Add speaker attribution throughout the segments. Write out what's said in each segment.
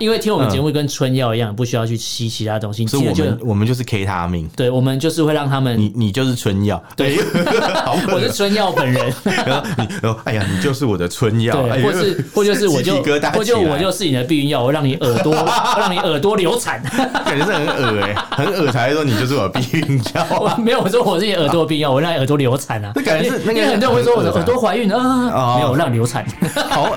Speaker 1: 因为听我们节目跟春药一样，不需要去吸其他东西，你
Speaker 2: 所以
Speaker 1: 听
Speaker 2: 我
Speaker 1: 了就
Speaker 2: 们我们就是 K 他命，
Speaker 1: 对我们就是会让他
Speaker 2: 你
Speaker 1: 们，
Speaker 2: 你就是春药，对， 好恶
Speaker 1: 我是春药本 人，
Speaker 2: 然后你，然后哎呀，你就是我的春药，
Speaker 1: 对，
Speaker 2: 哎呦
Speaker 1: 或是或就是我就
Speaker 2: 鸡皮疙瘩
Speaker 1: 或
Speaker 2: 起来
Speaker 1: 就我就是你的避孕药，我让你耳朵让你耳朵流 产，
Speaker 2: 感觉是很恶哎、很恶才说你就是我的避孕药
Speaker 1: 我
Speaker 2: 啊。
Speaker 1: 没有我说我是你的耳朵避孕药，我让你耳朵流产啊，
Speaker 2: 这感觉是
Speaker 1: 因
Speaker 2: 那
Speaker 1: 为
Speaker 2: 个
Speaker 1: 因为很多人会说我 的耳朵怀孕了
Speaker 2: 哦
Speaker 1: 啊，没有我让你流产，
Speaker 2: 好恶，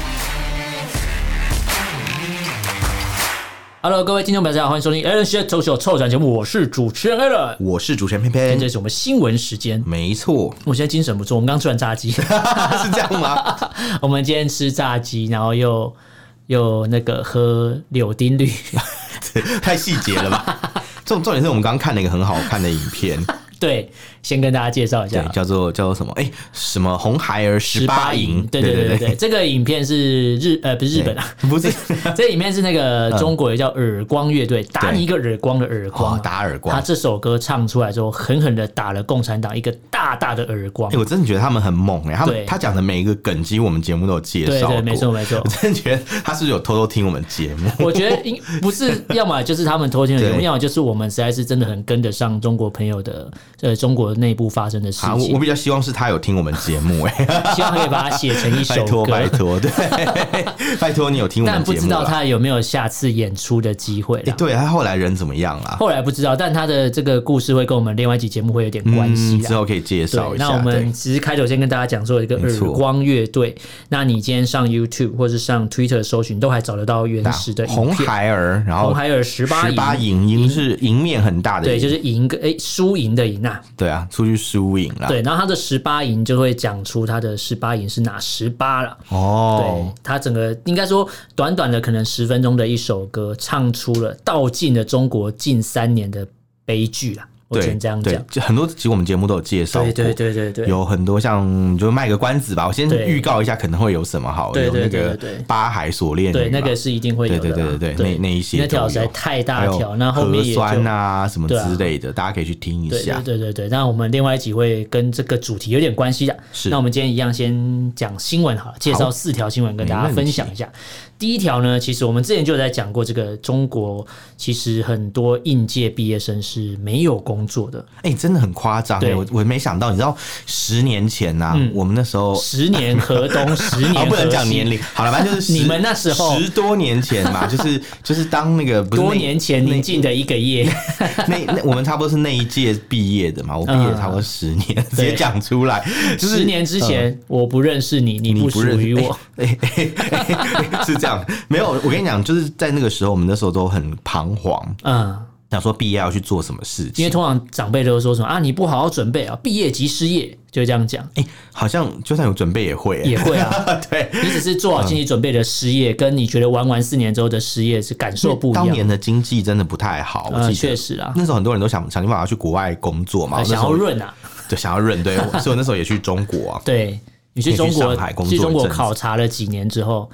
Speaker 1: Hello，各位听众朋友，大家好，欢迎收听 Alan s h a t 秀臭转节目，我是主持人 Alan。
Speaker 2: 我是主持人
Speaker 1: 现
Speaker 2: 偏
Speaker 1: 在
Speaker 2: 偏，
Speaker 1: 是我们新闻时间，
Speaker 2: 没错，
Speaker 1: 我现在精神不错，我们刚吃完炸鸡，
Speaker 2: 是这样吗？
Speaker 1: 我们今天吃炸鸡，然后又又那个喝柳丁绿，
Speaker 2: 太细节了吧？重重点是我们刚刚看了一个很好看的影 片，
Speaker 1: 对，先跟大家介绍一
Speaker 2: 对
Speaker 1: 下，。
Speaker 2: 叫做叫做什么？哎、什么红孩儿十八营？
Speaker 1: 对对对对对，这个影片是日呃不是日本啊，
Speaker 2: 不是
Speaker 1: 这影片是那
Speaker 2: 嗯
Speaker 1: 个中国有叫耳光乐队，打你一个耳光的耳光
Speaker 2: 哇，
Speaker 1: 啊，
Speaker 2: 哦打耳光
Speaker 1: 他。这首歌唱出来之后，狠狠的打了共产党一个大大的耳光
Speaker 2: 哎、。我真的觉得他们很猛哎、他
Speaker 1: 对
Speaker 2: 们他讲的每一个梗，其实我们节目都有介
Speaker 1: 对
Speaker 2: 绍过。
Speaker 1: 对，没错没错
Speaker 2: 我。真的觉得他是不是有偷偷听我们节 目？
Speaker 1: 我觉得应不是，要么就是他们偷听的节目，
Speaker 2: 对
Speaker 1: 要么就是我们实在是真的很跟得上中国朋友的呃中国内部发生的事
Speaker 2: 啊，我
Speaker 1: 情
Speaker 2: 我，比较希望是他有听我们节目 哎、
Speaker 1: 希望可以把它写成一
Speaker 2: 拜
Speaker 1: 首
Speaker 2: 托
Speaker 1: 歌
Speaker 2: 拜，托，对，拜托你有听我
Speaker 1: 但
Speaker 2: 们
Speaker 1: 不
Speaker 2: 节
Speaker 1: 知
Speaker 2: 目
Speaker 1: 道
Speaker 2: 啦？
Speaker 1: 他有没有下次演出的机会
Speaker 2: 哎
Speaker 1: 啦。
Speaker 2: 对他后来人怎么样啦？
Speaker 1: 后来不知道，但他的这个故事会跟我们另外一集节目会有点关系
Speaker 2: 嗯，
Speaker 1: 啦
Speaker 2: 之。后可以介绍
Speaker 1: 对，
Speaker 2: 一
Speaker 1: 那我
Speaker 2: 下。
Speaker 1: 们
Speaker 2: 对，
Speaker 1: 其实开头先跟大家讲说有一个
Speaker 2: 没
Speaker 1: 耳
Speaker 2: 错
Speaker 1: 光乐队，那你今天上 YouTube 或是上 Twitter 搜寻，都还找得到原始的影
Speaker 2: 红
Speaker 1: 片。
Speaker 2: 孩儿，然后
Speaker 1: 红孩儿十八
Speaker 2: 十八
Speaker 1: 赢，
Speaker 2: 赢，赢是赢面很大的赢，
Speaker 1: 对，就是赢个诶输赢的赢啊，
Speaker 2: 对啊，出去输赢啦。
Speaker 1: 对，然后他的十八赢就会讲出他的十八赢是哪十八了。对
Speaker 2: 哦，
Speaker 1: 他整个应该说，短短的可能十分钟的一首歌，唱出了道尽了中国近三年的悲剧啦。我只
Speaker 2: 对
Speaker 1: 能这样
Speaker 2: 对
Speaker 1: 讲。
Speaker 2: 就很多集我们节目都有介绍
Speaker 1: 对
Speaker 2: 过，
Speaker 1: 对对对对，
Speaker 2: 有很多像就卖个关子吧，我先
Speaker 1: 对
Speaker 2: 预告一下可能会有什么好，
Speaker 1: 对
Speaker 2: 有
Speaker 1: 对
Speaker 2: 那
Speaker 1: 对
Speaker 2: 个
Speaker 1: 对对
Speaker 2: 八海锁链女
Speaker 1: 对，那
Speaker 2: 嘛
Speaker 1: 个是一定会有
Speaker 2: 对
Speaker 1: 的
Speaker 2: 对
Speaker 1: 啦。
Speaker 2: 对对对，那那一些
Speaker 1: 那条
Speaker 2: 都
Speaker 1: 实在
Speaker 2: 有
Speaker 1: 太
Speaker 2: 还
Speaker 1: 大
Speaker 2: 有
Speaker 1: 条，那后面
Speaker 2: 核
Speaker 1: 也就
Speaker 2: 酸啊什么
Speaker 1: 对啊
Speaker 2: 之类的，大家可以去听一
Speaker 1: 对
Speaker 2: 下
Speaker 1: 对。对对对，那我们另外一集会跟这个主题有点关系的。
Speaker 2: 是
Speaker 1: 那我们今天一样先讲新闻好了，介绍四条新闻跟大家分享一下。第一条呢，其实我们之前就有在讲过，这个中国其实很多应届毕业生是没有工作的，
Speaker 2: 哎、真的很夸张、
Speaker 1: 对
Speaker 2: 欸，我我没想到，你知道十年前呐、我们那时候。
Speaker 1: 十年河东，十
Speaker 2: 哦 啊，
Speaker 1: 年
Speaker 2: 不能
Speaker 1: 河
Speaker 2: 讲
Speaker 1: 西
Speaker 2: 年。龄，好了，反正就是
Speaker 1: 你们那时候
Speaker 2: 十多年前嘛，就是就是当那个不是那
Speaker 1: 多年前
Speaker 2: 那
Speaker 1: 宁静的一个夜，
Speaker 2: 那那我们差不多是那一届毕业的嘛，我毕业差不多十年，直接讲出来，就是呃
Speaker 1: 十年之前我不认识你，你
Speaker 2: 你
Speaker 1: 不
Speaker 2: 不
Speaker 1: 属
Speaker 2: 认
Speaker 1: 于我。
Speaker 2: 哎哎哎哎是这样，没有，我跟你讲，就是在那个时候，我们那时候都很彷徨，
Speaker 1: 嗯，
Speaker 2: 想说毕业要去做什么事情，
Speaker 1: 因为通常长辈都会说什么啊，你不好好准备啊，毕业即失业，就这样讲。
Speaker 2: 哎、好像就算有准备也会、欸
Speaker 1: 也会啊，
Speaker 2: 对，
Speaker 1: 你只是做好心理准备的失业，跟你觉得玩完四年之后的失业是感受不一
Speaker 2: 当
Speaker 1: 样。
Speaker 2: 年的经济真的不太好，我
Speaker 1: 嗯，
Speaker 2: 记
Speaker 1: 确
Speaker 2: 得。
Speaker 1: 实啊，
Speaker 2: 那时候很多人都想想尽办法去国外工作嘛，我那时
Speaker 1: 想
Speaker 2: 候
Speaker 1: 要润啊，
Speaker 2: 对想要润，对，我所以我那时候也去中国啊，
Speaker 1: 对。你去中
Speaker 2: 可以去
Speaker 1: 国
Speaker 2: 上海工作嗯
Speaker 1: 去中
Speaker 2: 一
Speaker 1: 国
Speaker 2: 阵子
Speaker 1: 考察了几年之后，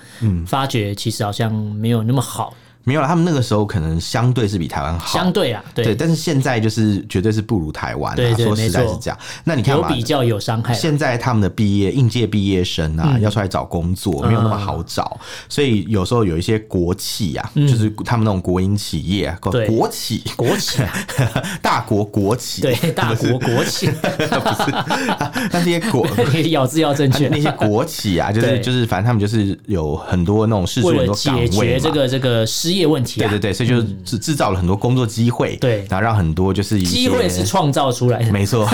Speaker 1: 发觉其实好像没有那么好，
Speaker 2: 没有啦，他们那个时候可能相对是比台湾好，
Speaker 1: 相对啊，
Speaker 2: 对，
Speaker 1: 对，
Speaker 2: 但是现在就是绝对是不如台湾
Speaker 1: 对
Speaker 2: 啦，
Speaker 1: 对
Speaker 2: 说实在
Speaker 1: 没
Speaker 2: 是
Speaker 1: 错
Speaker 2: 这样。那你看
Speaker 1: 有
Speaker 2: 嘛，
Speaker 1: 比较有伤害啊。
Speaker 2: 现在他们的毕业应届毕业生啊，
Speaker 1: 嗯
Speaker 2: 要出来找工作没有那么好找，所以有时候有一些国企啊，就是他们那种国营企业、啊，国
Speaker 1: 嗯对
Speaker 2: 国企、
Speaker 1: 国企啊，
Speaker 2: 大国国 企，
Speaker 1: 对，大
Speaker 2: 不是
Speaker 1: 国国企，
Speaker 2: 那些 国。
Speaker 1: 你咬字要正确。
Speaker 2: 那些国企啊，就是
Speaker 1: 对
Speaker 2: 就是，反正他们就是有很多那种事出
Speaker 1: 为了
Speaker 2: 很多岗
Speaker 1: 解
Speaker 2: 位
Speaker 1: 决
Speaker 2: 嘛
Speaker 1: 这个这个失业问题
Speaker 2: 对
Speaker 1: 啊
Speaker 2: 对，对，所以就制制造了很多工作机会，
Speaker 1: 对
Speaker 2: 然后让很多就是一些
Speaker 1: 机会是创造出来的，
Speaker 2: 没错，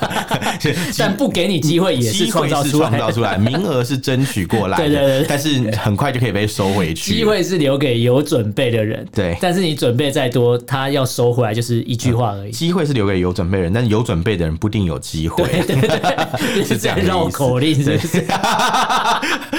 Speaker 2: 是机
Speaker 1: 但不给你机会也是
Speaker 2: 机
Speaker 1: 创
Speaker 2: 会
Speaker 1: 造
Speaker 2: 是
Speaker 1: 出来
Speaker 2: 创
Speaker 1: 的
Speaker 2: 造。出来，名额是争取过来 的，
Speaker 1: 对对对对
Speaker 2: 但是很快就可以被收回去。
Speaker 1: 机会是留给有准备的人，
Speaker 2: 对
Speaker 1: 但是你准备再多，他要收回来就是一句话而已。
Speaker 2: 机会是留给有准备的人，但是有准备的人不一定有机会，
Speaker 1: 对对 对，
Speaker 2: 是这
Speaker 1: 在
Speaker 2: 样的意思
Speaker 1: 绕口令， 是不是？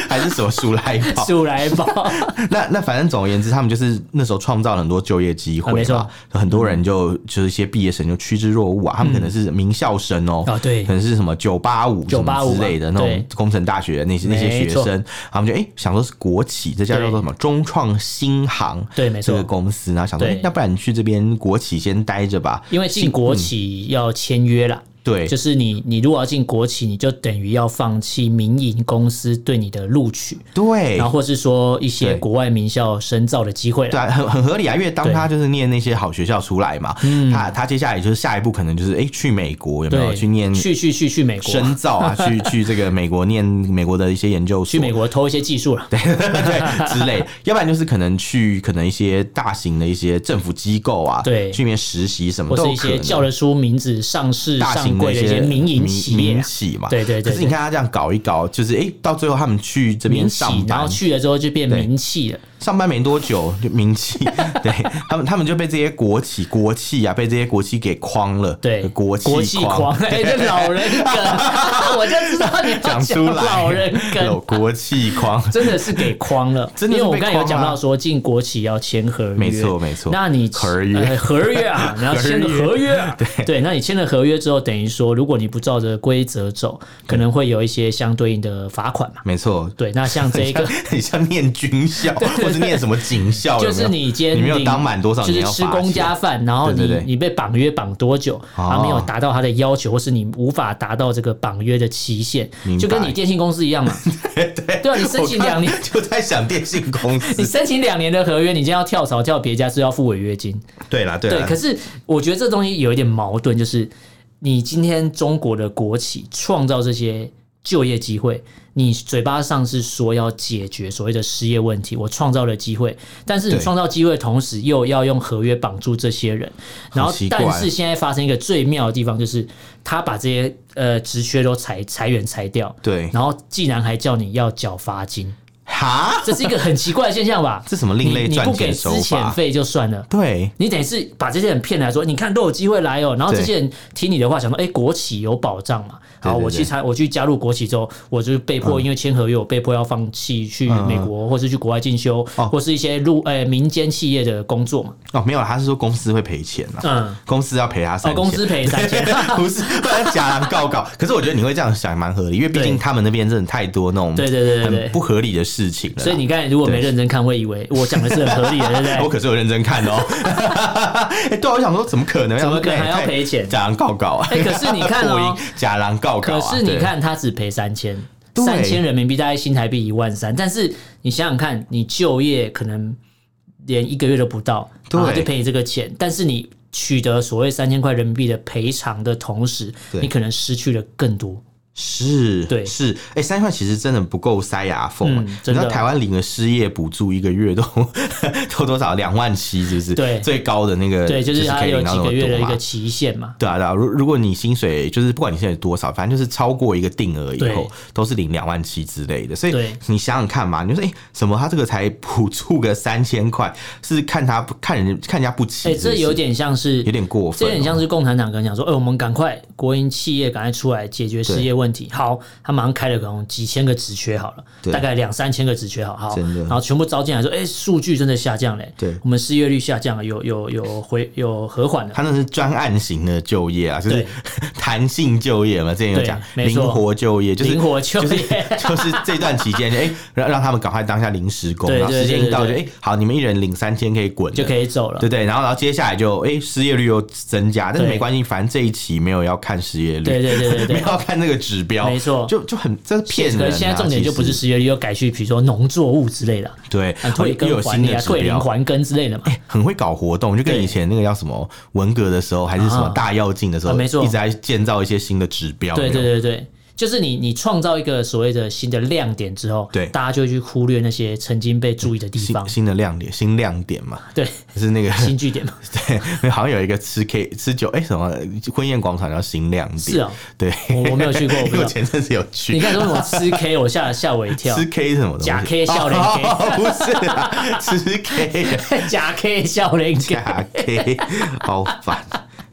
Speaker 2: 还是什么鼠来宝？
Speaker 1: 数来宝，
Speaker 2: 那那反正总而言之，他们就是是那时候创造了很多就业机会
Speaker 1: 啊没错
Speaker 2: 嘛，很多人就就是一些毕业生就趋之若鹜啊，他们可能是名校生哦，
Speaker 1: 啊对
Speaker 2: 可能是什么九八五什么
Speaker 1: 985
Speaker 2: 之类的
Speaker 1: 啊
Speaker 2: 那种
Speaker 1: 对
Speaker 2: 工程大学的那些那些
Speaker 1: 没
Speaker 2: 学
Speaker 1: 错
Speaker 2: 生，他们就哎、诶想说是国企，这家叫做什么中创新航，
Speaker 1: 对没错
Speaker 2: 这个公司，然后想说，
Speaker 1: 对
Speaker 2: 诶那不然你去这边国企先待着吧，
Speaker 1: 因为进国企要签约啦。
Speaker 2: 嗯对，
Speaker 1: 就是你，你如果要进国企，你就等于要放弃民营公司对你的录取，
Speaker 2: 对
Speaker 1: 然。后或是说一些
Speaker 2: 对
Speaker 1: 国外名校深造的机会
Speaker 2: 对
Speaker 1: 啦。
Speaker 2: 啊，很很合理啊，因为当他就是念那些好学校出来嘛，他他接下来就是下一步可能就是哎、诶去美国有没
Speaker 1: 嗯
Speaker 2: 有
Speaker 1: 对，
Speaker 2: 去念
Speaker 1: 去去去去美国，
Speaker 2: 深造 啊，去去这个美国念美国的一些研究所，
Speaker 1: 去美国偷一些技术了。
Speaker 2: 对之类，要不然就是可能去可能一些大型的一些政府机构啊，
Speaker 1: 对
Speaker 2: 去里面实习什么
Speaker 1: 或
Speaker 2: 都
Speaker 1: 是
Speaker 2: 有
Speaker 1: 一
Speaker 2: 可
Speaker 1: 些
Speaker 2: 能。
Speaker 1: 叫得出名字、上市
Speaker 2: 大
Speaker 1: 上
Speaker 2: 型的
Speaker 1: 柜的一
Speaker 2: 些
Speaker 1: 些民营企
Speaker 2: 民
Speaker 1: 业
Speaker 2: 民
Speaker 1: 啊，
Speaker 2: 企嘛，
Speaker 1: 对对对
Speaker 2: 可是你看他这样搞一搞，就是哎、诶到最后他们去这边
Speaker 1: 民企
Speaker 2: 上，
Speaker 1: 然
Speaker 2: 班
Speaker 1: 后，去了之后就变
Speaker 2: 对
Speaker 1: 民企了。
Speaker 2: 上班没多久就 名气，对他们他们就被这些国企国企啊，被这些国企给框了，
Speaker 1: 对，
Speaker 2: 国企
Speaker 1: 国际狂，哎，这老人 梗，我就知道你要
Speaker 2: 讲出来
Speaker 1: 老人
Speaker 2: 有
Speaker 1: 梗。
Speaker 2: 国企框，
Speaker 1: 真的是给框了，
Speaker 2: 真的是
Speaker 1: 因为我
Speaker 2: 被
Speaker 1: 刚才有
Speaker 2: 框
Speaker 1: 讲
Speaker 2: 了
Speaker 1: 到说进国企要签合约，
Speaker 2: 没错没错
Speaker 1: 那你
Speaker 2: 合约
Speaker 1: 呃合约 啊，你要签了合约啊，对，那你签了合约之后，等于说如果你不照着规则走，可能会有一些相对应的罚款嘛。
Speaker 2: 没错，
Speaker 1: 对，那像这一个
Speaker 2: 很像 很像念军校，或是念什么警校，
Speaker 1: 就
Speaker 2: 哦有没
Speaker 1: 是
Speaker 2: 有
Speaker 1: 你今天
Speaker 2: 你没有
Speaker 1: 领
Speaker 2: 当满多少，
Speaker 1: 就
Speaker 2: 你
Speaker 1: 是
Speaker 2: 要
Speaker 1: 吃
Speaker 2: 罚
Speaker 1: 公
Speaker 2: 钱
Speaker 1: 家饭，然后你
Speaker 2: 对对对哦
Speaker 1: 你被绑约绑多久，啊，没有达到他的要求，或是你无法达到这个绑约的期限
Speaker 2: 明白，
Speaker 1: 就跟你电信公司一样 嘛。对对啊，你申请两年
Speaker 2: 我刚。就在想电信公
Speaker 1: 你
Speaker 2: 司。
Speaker 1: 申请两年的合约，你今天要跳槽跳别家是要付违约金，
Speaker 2: 对啦，对
Speaker 1: 对。
Speaker 2: 啦，
Speaker 1: 可是我觉得这东西有一点矛盾，就是你今天中国的国企创造这些就业机会，你嘴巴上是说要解决所谓的失业问题，我创造了机会，但是你
Speaker 2: 对
Speaker 1: 创造机会的同时又要用合约绑住这些人，然后
Speaker 2: 好奇怪
Speaker 1: 但是现在发生一个最妙的地方，就是他把这些呃职缺都裁裁员裁掉，
Speaker 2: 对
Speaker 1: 然后竟然还叫你要缴罚金。
Speaker 2: 哈，
Speaker 1: 这是一个很奇怪的现象吧？
Speaker 2: 这什么另类
Speaker 1: 你你
Speaker 2: 赚
Speaker 1: 不给
Speaker 2: 钱手
Speaker 1: 资遣
Speaker 2: 法？
Speaker 1: 费就算了。
Speaker 2: 对，
Speaker 1: 你等于是把这些人骗来说，你看都有机会来哦、然后这些人听你的话，想说，哎、国企有保障嘛？
Speaker 2: 对
Speaker 1: 好，
Speaker 2: 对
Speaker 1: 我去
Speaker 2: 对
Speaker 1: 参，我去加入国企之后，我就是被迫，因为签合约，我被迫要放弃去
Speaker 2: 嗯嗯
Speaker 1: 美国，或是去国外进修，
Speaker 2: 哦
Speaker 1: 或是一些入呃民间企业的工作嘛。
Speaker 2: 哦，没有啦，他是说公司会赔钱啊，
Speaker 1: 嗯，
Speaker 2: 公司要赔他
Speaker 1: 哦，
Speaker 2: 三千，
Speaker 1: 公司赔三千，
Speaker 2: 不是，不然假狼告告。可是我觉得你会这样想蛮合理，因为毕竟
Speaker 1: 对
Speaker 2: 他们那边真的太多那种
Speaker 1: 对对对对对
Speaker 2: 很不合理的事情了啦。
Speaker 1: 所以你刚才如果没
Speaker 2: 对
Speaker 1: 认真看，会以为我讲的是很合理的，对不
Speaker 2: 我
Speaker 1: 对？
Speaker 2: 可是有认真看的 哦。哎，对啊，我想说怎么可能？
Speaker 1: 怎么可能
Speaker 2: 哎
Speaker 1: 还要
Speaker 2: 太
Speaker 1: 赔钱
Speaker 2: 假狼告告啊！
Speaker 1: 哎可是你看哦
Speaker 2: 破音假狼告告
Speaker 1: 可
Speaker 2: 啊。
Speaker 1: 是你
Speaker 2: 对，
Speaker 1: 看，他只赔三千，
Speaker 2: 对
Speaker 1: 三千人民币大概新台币一万三，但是你想想看，你就业可能连一个月都不到，
Speaker 2: 对
Speaker 1: 然后他就赔你这个钱，但是你取得所谓三千块人民币的赔偿的同时，
Speaker 2: 对
Speaker 1: 你可能失去了更多。
Speaker 2: 是，
Speaker 1: 对
Speaker 2: 是，哎、三块其实真的不够塞牙缝、啊
Speaker 1: 嗯
Speaker 2: 你知
Speaker 1: 真的
Speaker 2: 道台湾领了失业补助一个月都 都多少？两万七，是不是？
Speaker 1: 对
Speaker 2: 最高的那个
Speaker 1: 对，就是
Speaker 2: 可
Speaker 1: 他
Speaker 2: 以
Speaker 1: 有
Speaker 2: 领到
Speaker 1: 几
Speaker 2: 那么
Speaker 1: 个月的
Speaker 2: 多
Speaker 1: 一
Speaker 2: 嘛
Speaker 1: 个。期限嘛。
Speaker 2: 对啊，对啊，如如果你薪水就是不管你现在有多少，反正就是超过一个定额以后
Speaker 1: 对，
Speaker 2: 都是领两万七之类的。所以
Speaker 1: 对
Speaker 2: 你想想看嘛，你就说，哎、什么他这个才补助个三千块，是看他不看人看人家不起
Speaker 1: 哎、
Speaker 2: 是不
Speaker 1: 这
Speaker 2: 是
Speaker 1: 有点像是
Speaker 2: 有点过分
Speaker 1: 这
Speaker 2: 哦、
Speaker 1: 有点像是共产党跟你讲说，哎、我们赶快国营企业赶快出来解决失业问题。好，他马上开了可能几千个职缺好
Speaker 2: 对
Speaker 1: 了，大概两三千个职缺好，好，
Speaker 2: 真的
Speaker 1: 然后全部招进来说，哎、数据真的下降嘞、
Speaker 2: 对
Speaker 1: 我们失业率下降了，有有有回有和缓了。
Speaker 2: 他那是专案型的就业啊，就是 弹性就业嘛，之前有讲
Speaker 1: 对没错
Speaker 2: 灵活就业，就是
Speaker 1: 灵活就业
Speaker 2: 就是 就是这段期间，哎，让让他们赶快当下临时工，
Speaker 1: 对
Speaker 2: 然后
Speaker 1: 对
Speaker 2: 时间
Speaker 1: 对
Speaker 2: 一到就
Speaker 1: 对
Speaker 2: 哎，好，你们一人领三千可以滚了，
Speaker 1: 就可以走了
Speaker 2: 对。对，然后然后接下来就哎失业率又增加，但是
Speaker 1: 对
Speaker 2: 没关系，反正这一期没有要看失业率，
Speaker 1: 对对 对对对
Speaker 2: 没有要看那个指标，
Speaker 1: 没错
Speaker 2: 就就很这是骗
Speaker 1: 可
Speaker 2: 人啊。
Speaker 1: 是现在重点就不是
Speaker 2: 其实
Speaker 1: 失业率，又改去比如说农作物之类的，
Speaker 2: 对
Speaker 1: 啊，，退
Speaker 2: 又
Speaker 1: 耕
Speaker 2: 有
Speaker 1: 还
Speaker 2: 新
Speaker 1: 林
Speaker 2: 的
Speaker 1: 啊，
Speaker 2: 指
Speaker 1: 退林
Speaker 2: 标。
Speaker 1: 还耕之类的嘛。
Speaker 2: 很会搞活动，就跟
Speaker 1: 对
Speaker 2: 以前那个叫什么文革的时候，还是什么
Speaker 1: 啊
Speaker 2: 大跃进的时候，
Speaker 1: 啊没错
Speaker 2: 一直在建造一些新的指标。
Speaker 1: 对
Speaker 2: 有没
Speaker 1: 对
Speaker 2: 有
Speaker 1: 对对，就是你你创造一个所谓的新的亮点之后，
Speaker 2: 对
Speaker 1: 大家就会去忽略那些曾经被注意的地方
Speaker 2: 新，新的亮点，新亮点嘛，
Speaker 1: 对，
Speaker 2: 就是那个
Speaker 1: 新据点嘛。
Speaker 2: 对，好像有一个吃 K 吃酒，哎、什么婚宴广场叫新亮点，
Speaker 1: 是哦
Speaker 2: 对，
Speaker 1: 我我没有去过我不知道
Speaker 2: 因为我前阵子有
Speaker 1: 你
Speaker 2: 去。
Speaker 1: 看，说我吃 K，我吓吓我一跳
Speaker 2: 吃，K 是什么东西？
Speaker 1: 假 K 笑脸 K
Speaker 2: 哦不是啊，吃 K
Speaker 1: 假 K 笑脸 K，
Speaker 2: 假 K，好烦。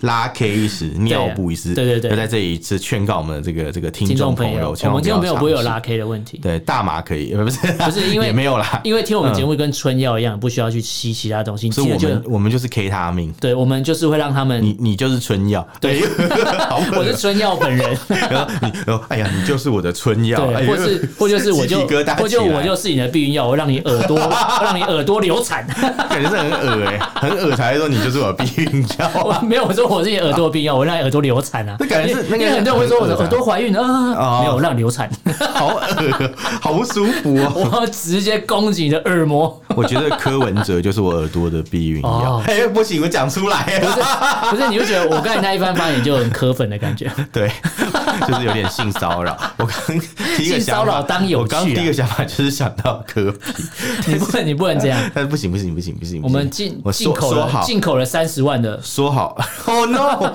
Speaker 2: 拉 K 一时，尿布一时，
Speaker 1: 对对对
Speaker 2: 要在这里是劝告我们的这个这个听
Speaker 1: 听
Speaker 2: 众
Speaker 1: 众
Speaker 2: 朋
Speaker 1: 朋
Speaker 2: 友，
Speaker 1: 友，
Speaker 2: 千
Speaker 1: 我
Speaker 2: 万
Speaker 1: 们听众朋友不会有
Speaker 2: 尝试
Speaker 1: 拉 K 的问题，
Speaker 2: 对，大麻可以，呃不是不
Speaker 1: 不是因为
Speaker 2: 也没有啦，
Speaker 1: 因为听我们节目跟春药一样，不需要去吸其他东西，
Speaker 2: 是
Speaker 1: 所
Speaker 2: 嗯我
Speaker 1: 就
Speaker 2: 们我们就是 K 他命，
Speaker 1: 对我们就是会让他们，
Speaker 2: 你你就是春药，
Speaker 1: 对，
Speaker 2: 好恶
Speaker 1: 我是春药本 人，
Speaker 2: 然后你然后哎呀，你就是我的春药，哎
Speaker 1: 对，
Speaker 2: 呦
Speaker 1: 或是或就是我就
Speaker 2: 鸡皮疙瘩起来
Speaker 1: 或就我就是你的避孕药，我让你耳 朵让你耳朵流产，
Speaker 2: 感觉是很恶哎、很恶才会说你就是我的避孕药
Speaker 1: 我
Speaker 2: 啊。
Speaker 1: 没有我说我是你的耳朵避孕药，我让你耳朵流产啊，
Speaker 2: 这感觉
Speaker 1: 因
Speaker 2: 是
Speaker 1: 为
Speaker 2: 那个
Speaker 1: 因为很多人会说我的耳朵怀孕了
Speaker 2: 哦
Speaker 1: 啊，没有我让你流产，
Speaker 2: 好恶，好不舒服哦！
Speaker 1: 我要直接攻击你的耳 膜，
Speaker 2: 我觉得柯文哲就是我耳朵的避孕药
Speaker 1: 哦。
Speaker 2: 哎、不行，我讲出来啊了。
Speaker 1: 不是你会觉得我刚才那一番发言就很磕粉的感 觉，
Speaker 2: 对，就是有点性骚扰。我刚第一个
Speaker 1: 性
Speaker 2: 想
Speaker 1: 骚
Speaker 2: 法
Speaker 1: 扰，当有
Speaker 2: 我
Speaker 1: 趣
Speaker 2: 刚第一个
Speaker 1: 啊，
Speaker 2: 想法就是想到柯比，
Speaker 1: 你不能你不能这样。
Speaker 2: 但是不行不行不行不行，不行
Speaker 1: 我们进
Speaker 2: 我
Speaker 1: 进
Speaker 2: 说
Speaker 1: 口
Speaker 2: 说
Speaker 1: 了
Speaker 2: 好
Speaker 1: 进口了三十万的，
Speaker 2: 说好 ，Oh no！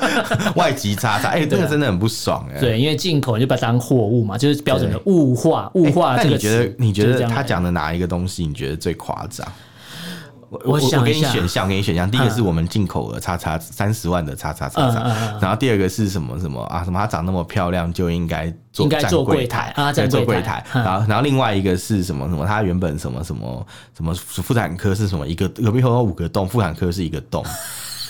Speaker 2: 外籍叉叉，哎、这
Speaker 1: 对
Speaker 2: 个
Speaker 1: 啊
Speaker 2: 真的很不爽哎、
Speaker 1: 对，因为进口你就把它当货物嘛，就是标准的物化物
Speaker 2: 哎
Speaker 1: 化
Speaker 2: 那
Speaker 1: 这个
Speaker 2: 你觉
Speaker 1: 词
Speaker 2: 得。你觉
Speaker 1: 就是这
Speaker 2: 得
Speaker 1: 样
Speaker 2: 他
Speaker 1: 来的
Speaker 2: 讲的哪一个东西你觉得最夸张？我
Speaker 1: 我想
Speaker 2: 我给
Speaker 1: 一
Speaker 2: 你
Speaker 1: 下
Speaker 2: 选项，给你选项。第一个
Speaker 1: 嗯
Speaker 2: 是我们进口的叉叉三十万的叉叉叉叉
Speaker 1: 嗯嗯嗯，
Speaker 2: 然后第二个是什么什么啊？什么她长那么漂亮就应该做
Speaker 1: 应该
Speaker 2: 站
Speaker 1: 做
Speaker 2: 柜
Speaker 1: 柜
Speaker 2: 台
Speaker 1: 台啊
Speaker 2: 对
Speaker 1: 站
Speaker 2: 做
Speaker 1: 柜
Speaker 2: 柜台
Speaker 1: 台。嗯
Speaker 2: 然后然后另外一个是什么什么？她原本什么什么什么妇产科是什么一个隔壁头有五个洞，妇产科是一个洞。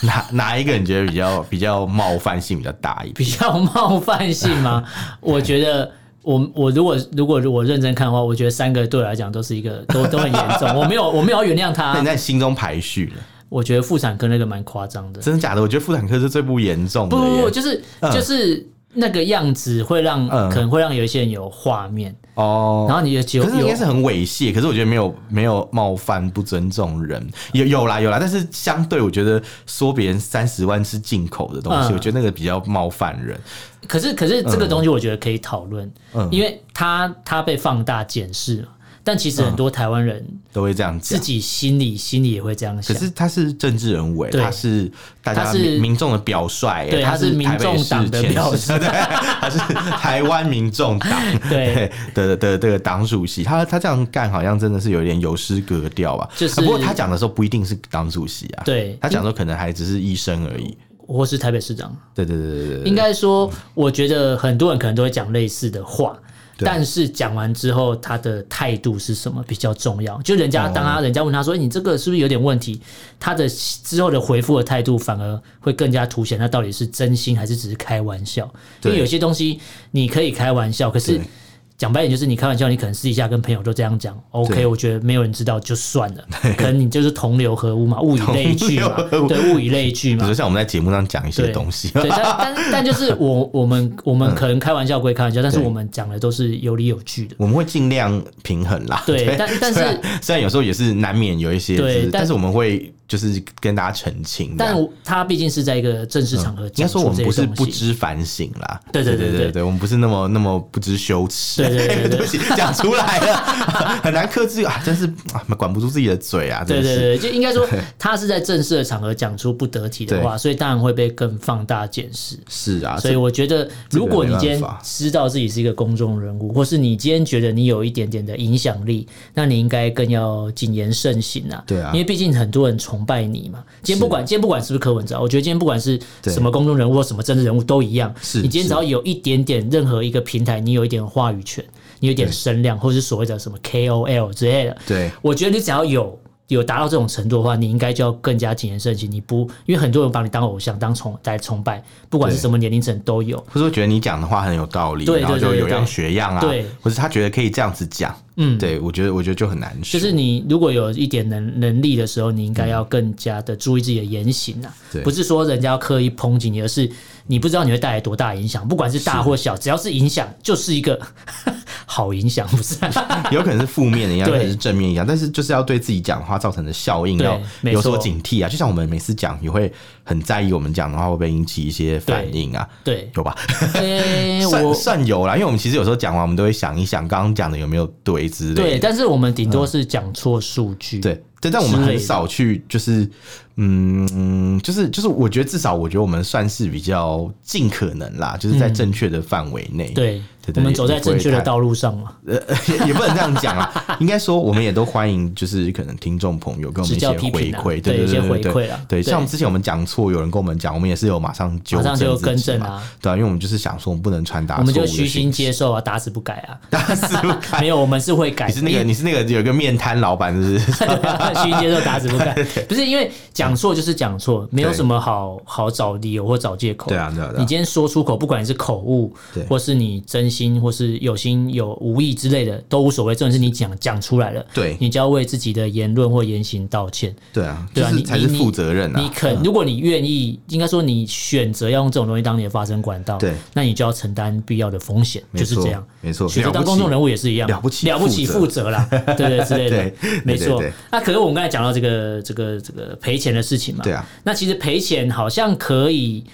Speaker 2: 哪哪一个你觉得比较比较冒犯性比较大一点？
Speaker 1: 比较冒犯性 吗？我觉得我我如果如果如果认真看的话，我觉得三个对我来讲都是一个都都很严重。我没有我没有要原谅
Speaker 2: 那
Speaker 1: 他啊
Speaker 2: 你，在心中排序呢？
Speaker 1: 我觉得妇产科那个蛮夸张的。
Speaker 2: 真的假的？我觉得妇产科是最不严重的
Speaker 1: 不
Speaker 2: 耶。
Speaker 1: 不不，就是
Speaker 2: 嗯
Speaker 1: 就是那个样子会让
Speaker 2: 嗯
Speaker 1: 可能会让有一些人有画面，
Speaker 2: 哦，
Speaker 1: 然后你也只有
Speaker 2: 可是应该
Speaker 1: 有
Speaker 2: 是很猥亵，可是我觉得没有没有冒犯不尊重人，有有啦有啦，但是相对我觉得说别人三十万是进口的东西，
Speaker 1: 嗯
Speaker 2: 我觉得那个比较冒犯人。
Speaker 1: 可是，可是这个东西我觉得可以讨论，
Speaker 2: 嗯
Speaker 1: 因为它它被放大检视嘛。但其实很多台湾人
Speaker 2: 都会这样讲
Speaker 1: 自。己心里、心里也会这样
Speaker 2: 可
Speaker 1: 想，
Speaker 2: 是他是政治人物、欸，
Speaker 1: 对
Speaker 2: 他是大家
Speaker 1: 他是
Speaker 2: 民民众的表率、欸，
Speaker 1: 对
Speaker 2: 他
Speaker 1: 他是民
Speaker 2: 台北
Speaker 1: 众
Speaker 2: 市
Speaker 1: 党的
Speaker 2: 前
Speaker 1: 表
Speaker 2: 市 对，他是台湾民众党
Speaker 1: 对
Speaker 2: 的的的党主席，他他这样干好像真的是有点有失格调吧。
Speaker 1: 就是
Speaker 2: 啊不过他讲的时候不一定是党主席啊，
Speaker 1: 对
Speaker 2: 他讲的时候可能还只是医生而已。
Speaker 1: 或是台北市长，
Speaker 2: 对对对对对对，
Speaker 1: 应该说，我觉得很多人可能都会讲类似的话，
Speaker 2: 对啊
Speaker 1: 但是讲完之后，他的态度是什么比较重要。就人家
Speaker 2: 哦
Speaker 1: 当他人家问他说：“欸你这个是不是有点问题？”他的之后的回复的态度反而会更加凸显他到底是真心还是只是开玩笑。因
Speaker 2: 对
Speaker 1: 为有些东西你可以开玩笑，可是
Speaker 2: 对。
Speaker 1: 讲白点就是你开玩笑，你可能私底下跟朋友都这样讲
Speaker 2: 对
Speaker 1: ，OK，我觉得没有人知道就算了，可能你就是同流合污嘛，物以类聚嘛
Speaker 2: 同流合污，
Speaker 1: 对，物以类聚
Speaker 2: 比
Speaker 1: 嘛
Speaker 2: 如，说像我们在节目上讲一些
Speaker 1: 对
Speaker 2: 东西，
Speaker 1: 对，但但但就是我我们我们可能开玩笑归开玩笑，但是
Speaker 2: 嗯对
Speaker 1: 我们讲的都是有理有据的。
Speaker 2: 我们会尽量平衡啦。
Speaker 1: 对但但是
Speaker 2: 虽然虽然有时候也是难免有一些，
Speaker 1: 对
Speaker 2: 就是但
Speaker 1: 但
Speaker 2: 是我们会就是跟大家澄清这样。
Speaker 1: 但我他毕竟是在一个正式场合
Speaker 2: 嗯应该
Speaker 1: 讲
Speaker 2: 说
Speaker 1: 出
Speaker 2: 我们
Speaker 1: 这
Speaker 2: 不
Speaker 1: 些
Speaker 2: 是
Speaker 1: 东
Speaker 2: 不
Speaker 1: 西，
Speaker 2: 知反省啦，
Speaker 1: 对
Speaker 2: 对
Speaker 1: 对对对
Speaker 2: 对对，我们不是那么那么不知羞耻，
Speaker 1: 对对对对
Speaker 2: 对不起，讲出来了， 很难克制啊，真是啊管不住自己的嘴啊，
Speaker 1: 对
Speaker 2: 真
Speaker 1: 对
Speaker 2: 是。
Speaker 1: 对，就应该 说他是在正式的场合讲出不得体的话，所以当然会被更放大检视。
Speaker 2: 是啊，
Speaker 1: 所以
Speaker 2: 这
Speaker 1: 我觉得，
Speaker 2: 这个
Speaker 1: 如果你
Speaker 2: 没办
Speaker 1: 今天
Speaker 2: 法
Speaker 1: 知道自己是一个公众人物，或是你今天觉得你有一点点的影响力，那你应该更要谨言慎行啊。
Speaker 2: 对啊
Speaker 1: 因为毕竟很多人崇拜你嘛。今天不管今天不管是不是柯文哲，我觉得今天不管是
Speaker 2: 对
Speaker 1: 什么公众人物或什么政治人物都一样。
Speaker 2: 是
Speaker 1: 你今天只要有一点点任何一个平台，你有一点话语权，你有一点声量，或是所谓的什么 KOL 之类的，
Speaker 2: 对
Speaker 1: 我觉得你只要有有达到这种程度的话，你应该就要更加谨言慎行。你不因为很多人把你当偶像、当崇来崇拜，不管是
Speaker 2: 对
Speaker 1: 什么年龄层都有。
Speaker 2: 或者说觉得你讲的话很有道理，
Speaker 1: 对
Speaker 2: 然后
Speaker 1: 对对
Speaker 2: 就有
Speaker 1: 对
Speaker 2: 样学样啊，
Speaker 1: 对
Speaker 2: 或者他觉得可以这样子讲，嗯，对我觉得我觉得就很难说，
Speaker 1: 就是你如果有一点能能力的时候，你应该要更加的注意自己的言行啊
Speaker 2: 对，
Speaker 1: 不是说人家要刻意抨击你，而是你不知道你会带来多大影响，不管是大或小，只要是影响，就是一个 好影响， 不是啊？
Speaker 2: 有可能是负面的一样，有
Speaker 1: 对
Speaker 2: 可能是正面一样，但是就是要对自己讲话造成的效应
Speaker 1: 对
Speaker 2: 要
Speaker 1: 没
Speaker 2: 有所
Speaker 1: 错
Speaker 2: 警惕啊。就像我们每次讲，也会很在意我们讲的话会不会引起一些反应啊，
Speaker 1: 对，
Speaker 2: 有吧？
Speaker 1: 诶
Speaker 2: 算
Speaker 1: 哎我
Speaker 2: 算有啦，因为我们其实有时候讲完，我们都会想一想刚刚讲的有没有对之类
Speaker 1: 对，
Speaker 2: 的。
Speaker 1: 但是我们顶多是讲错数据，
Speaker 2: 嗯对，对，但我们很少去，就是嗯，就是就是，我觉得至少我觉得我们算是比较尽可能啦，就是在正确的范围内。
Speaker 1: 嗯对，
Speaker 2: 对，
Speaker 1: 我们走在正确的
Speaker 2: 路。
Speaker 1: 道路上嘛，
Speaker 2: 也也不能这样讲啦，应该说我们也都欢迎，就是可能听众朋友跟我们
Speaker 1: 指
Speaker 2: 一些
Speaker 1: 教批
Speaker 2: 回
Speaker 1: 评啊
Speaker 2: 馈，
Speaker 1: 对
Speaker 2: 对
Speaker 1: 一些
Speaker 2: 对对
Speaker 1: 回
Speaker 2: 对
Speaker 1: 馈啊对
Speaker 2: 对，像之前我们讲错，有人跟我们讲，我们也是有马上纠
Speaker 1: 马上就更
Speaker 2: 自己
Speaker 1: 正
Speaker 2: 嘛
Speaker 1: 啊，
Speaker 2: 对啊，因为我们就是想说，我们不能传达，
Speaker 1: 我们就虚心，接受啊，打死不改 啊。
Speaker 2: 但是
Speaker 1: 没有，我们是会改
Speaker 2: 你
Speaker 1: 的。
Speaker 2: 是那个你是那个有一个面摊老板，是不是？
Speaker 1: 啊虚心接受打死不改，不是因为讲错就是讲错，没有什么好好找理由或找借口。
Speaker 2: 对啊对啊对啊
Speaker 1: 你今天说出口，不管你是口误
Speaker 2: 对，
Speaker 1: 或是你真心，或是有心有无意之类的，都无所谓。重点是你讲讲出来了，
Speaker 2: 对
Speaker 1: 你就要为自己的言论或言行道歉。
Speaker 2: 对啊，
Speaker 1: 对
Speaker 2: 就
Speaker 1: 啊，
Speaker 2: 是
Speaker 1: 你
Speaker 2: 才是
Speaker 1: 你
Speaker 2: 负责任啊
Speaker 1: 你。肯，如果你愿意，应该说你选择要用这种东西当你的发声管道，
Speaker 2: 对，
Speaker 1: 那你就要承担必要的风险，
Speaker 2: 没
Speaker 1: 就是
Speaker 2: 错
Speaker 1: 这样。
Speaker 2: 没错
Speaker 1: 选择
Speaker 2: 了不
Speaker 1: 当公
Speaker 2: 起
Speaker 1: 众人物也是一样，
Speaker 2: 了不起
Speaker 1: 了不起
Speaker 2: 负
Speaker 1: 负责啦，对对之类的
Speaker 2: 对对，
Speaker 1: 没错
Speaker 2: 对对。
Speaker 1: 那可是我们刚才讲到这个这个这个赔钱的事情嘛，
Speaker 2: 对啊，
Speaker 1: 那其实赔钱好像可以。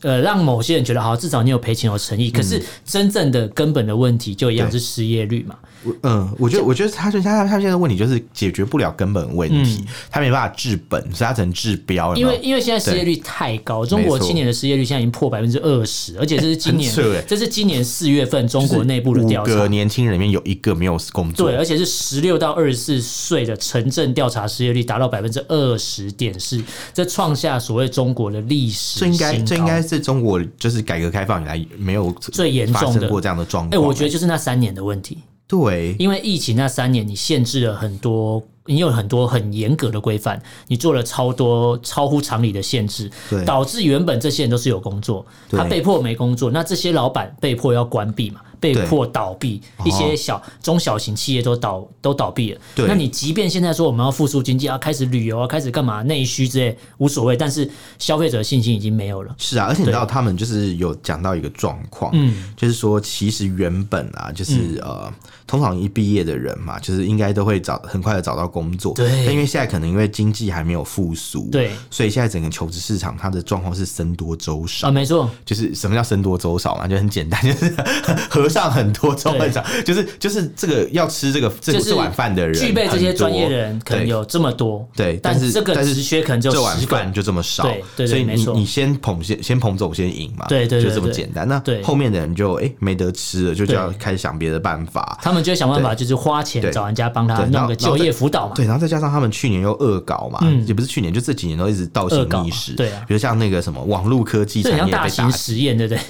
Speaker 1: 呃，让某些人觉得好，至少你有赔钱有诚意。可是真正的根本的问题就一样是
Speaker 2: 嗯对
Speaker 1: 失业率嘛，
Speaker 2: 我嗯，我觉得，我觉得他就他他现在的问题就是解决不了根本问题，他没办法治本，所以他只能治标。
Speaker 1: 嗯因为
Speaker 2: 你
Speaker 1: 因为现在失业率太高，中国
Speaker 2: 没错
Speaker 1: 今年的失业率现在已经破百分之二十，而且这是今年
Speaker 2: 很扯欸，
Speaker 1: 这是今年四月份中国内部的
Speaker 2: 知道
Speaker 1: 调
Speaker 2: 吗五个
Speaker 1: 查。
Speaker 2: 年轻人里面有一个没有工作，
Speaker 1: 对，而且是十六到二十四岁的城镇调查失业率达到百分之二十点四，这创下所谓中国的历史
Speaker 2: 这应该
Speaker 1: 新
Speaker 2: 这应
Speaker 1: 高
Speaker 2: 该是中国就是改革开放以来没有
Speaker 1: 最严重的
Speaker 2: 发生过这样的状况。
Speaker 1: 哎、我觉得就是那三年的问题，
Speaker 2: 对，
Speaker 1: 因为疫情那三年，你限制了很多，你有很多很严格的规范，你做了超多超乎常理的限制
Speaker 2: 对，
Speaker 1: 导致原本这些人都是有工作，
Speaker 2: 对
Speaker 1: 他被迫没工作，那这些老板被迫要关闭嘛，被迫倒闭，
Speaker 2: 哦
Speaker 1: 一些小中小型企业都倒都倒闭了。
Speaker 2: 对
Speaker 1: 那你即便现在说我们要复苏经济啊，开始旅游啊，开始干嘛内需之类无所谓，但是消费者的信心已经没有了。
Speaker 2: 是啊，而且你知道他们就是有讲到一个状况，嗯，就是说其实原本啊，就是、
Speaker 1: 嗯
Speaker 2: 呃，通常一毕业的人嘛，就是应该都会找很快的找到工作，
Speaker 1: 对
Speaker 2: 但因为现在可能因为经济还没有复苏，
Speaker 1: 对
Speaker 2: 所以现在整个求职市场它的状况是僧多粥少
Speaker 1: 啊，。没错，
Speaker 2: 就是什么叫僧多粥少嘛，就很简单， 就是和尚很多粥很少，就是就是这个要吃这个这
Speaker 1: 就
Speaker 2: 个
Speaker 1: 是
Speaker 2: 这碗饭的人很多，
Speaker 1: 具备这些专业的人可能
Speaker 2: 对
Speaker 1: 有这么多，
Speaker 2: 对，
Speaker 1: 但
Speaker 2: 是
Speaker 1: 这个
Speaker 2: 但是
Speaker 1: 职缺可能只有
Speaker 2: 这碗
Speaker 1: 10个
Speaker 2: 饭就这么少，
Speaker 1: 对对对
Speaker 2: 所以
Speaker 1: 没
Speaker 2: 你
Speaker 1: 错
Speaker 2: 你先捧先先捧走先赢嘛，
Speaker 1: 对对对
Speaker 2: 就这么
Speaker 1: 对
Speaker 2: 简单。那
Speaker 1: 对
Speaker 2: 后面的人就哎没得吃了，就就
Speaker 1: 对
Speaker 2: 要开始想别的办法。
Speaker 1: 他们就会想办法，就是花钱
Speaker 2: 对
Speaker 1: 找人家帮他
Speaker 2: 对然
Speaker 1: 弄
Speaker 2: 后
Speaker 1: 个就业辅导嘛。
Speaker 2: 对，然后再加上他们去年又恶搞嘛，也不是去年，就这几年都一直倒
Speaker 1: 嗯
Speaker 2: 行
Speaker 1: 恶搞嘛
Speaker 2: 逆施。
Speaker 1: 对啊
Speaker 2: 比如像那个什么网络科技
Speaker 1: 这
Speaker 2: 产
Speaker 1: 很
Speaker 2: 业
Speaker 1: 像大
Speaker 2: 被打
Speaker 1: 型
Speaker 2: 击，
Speaker 1: 实验，对不对？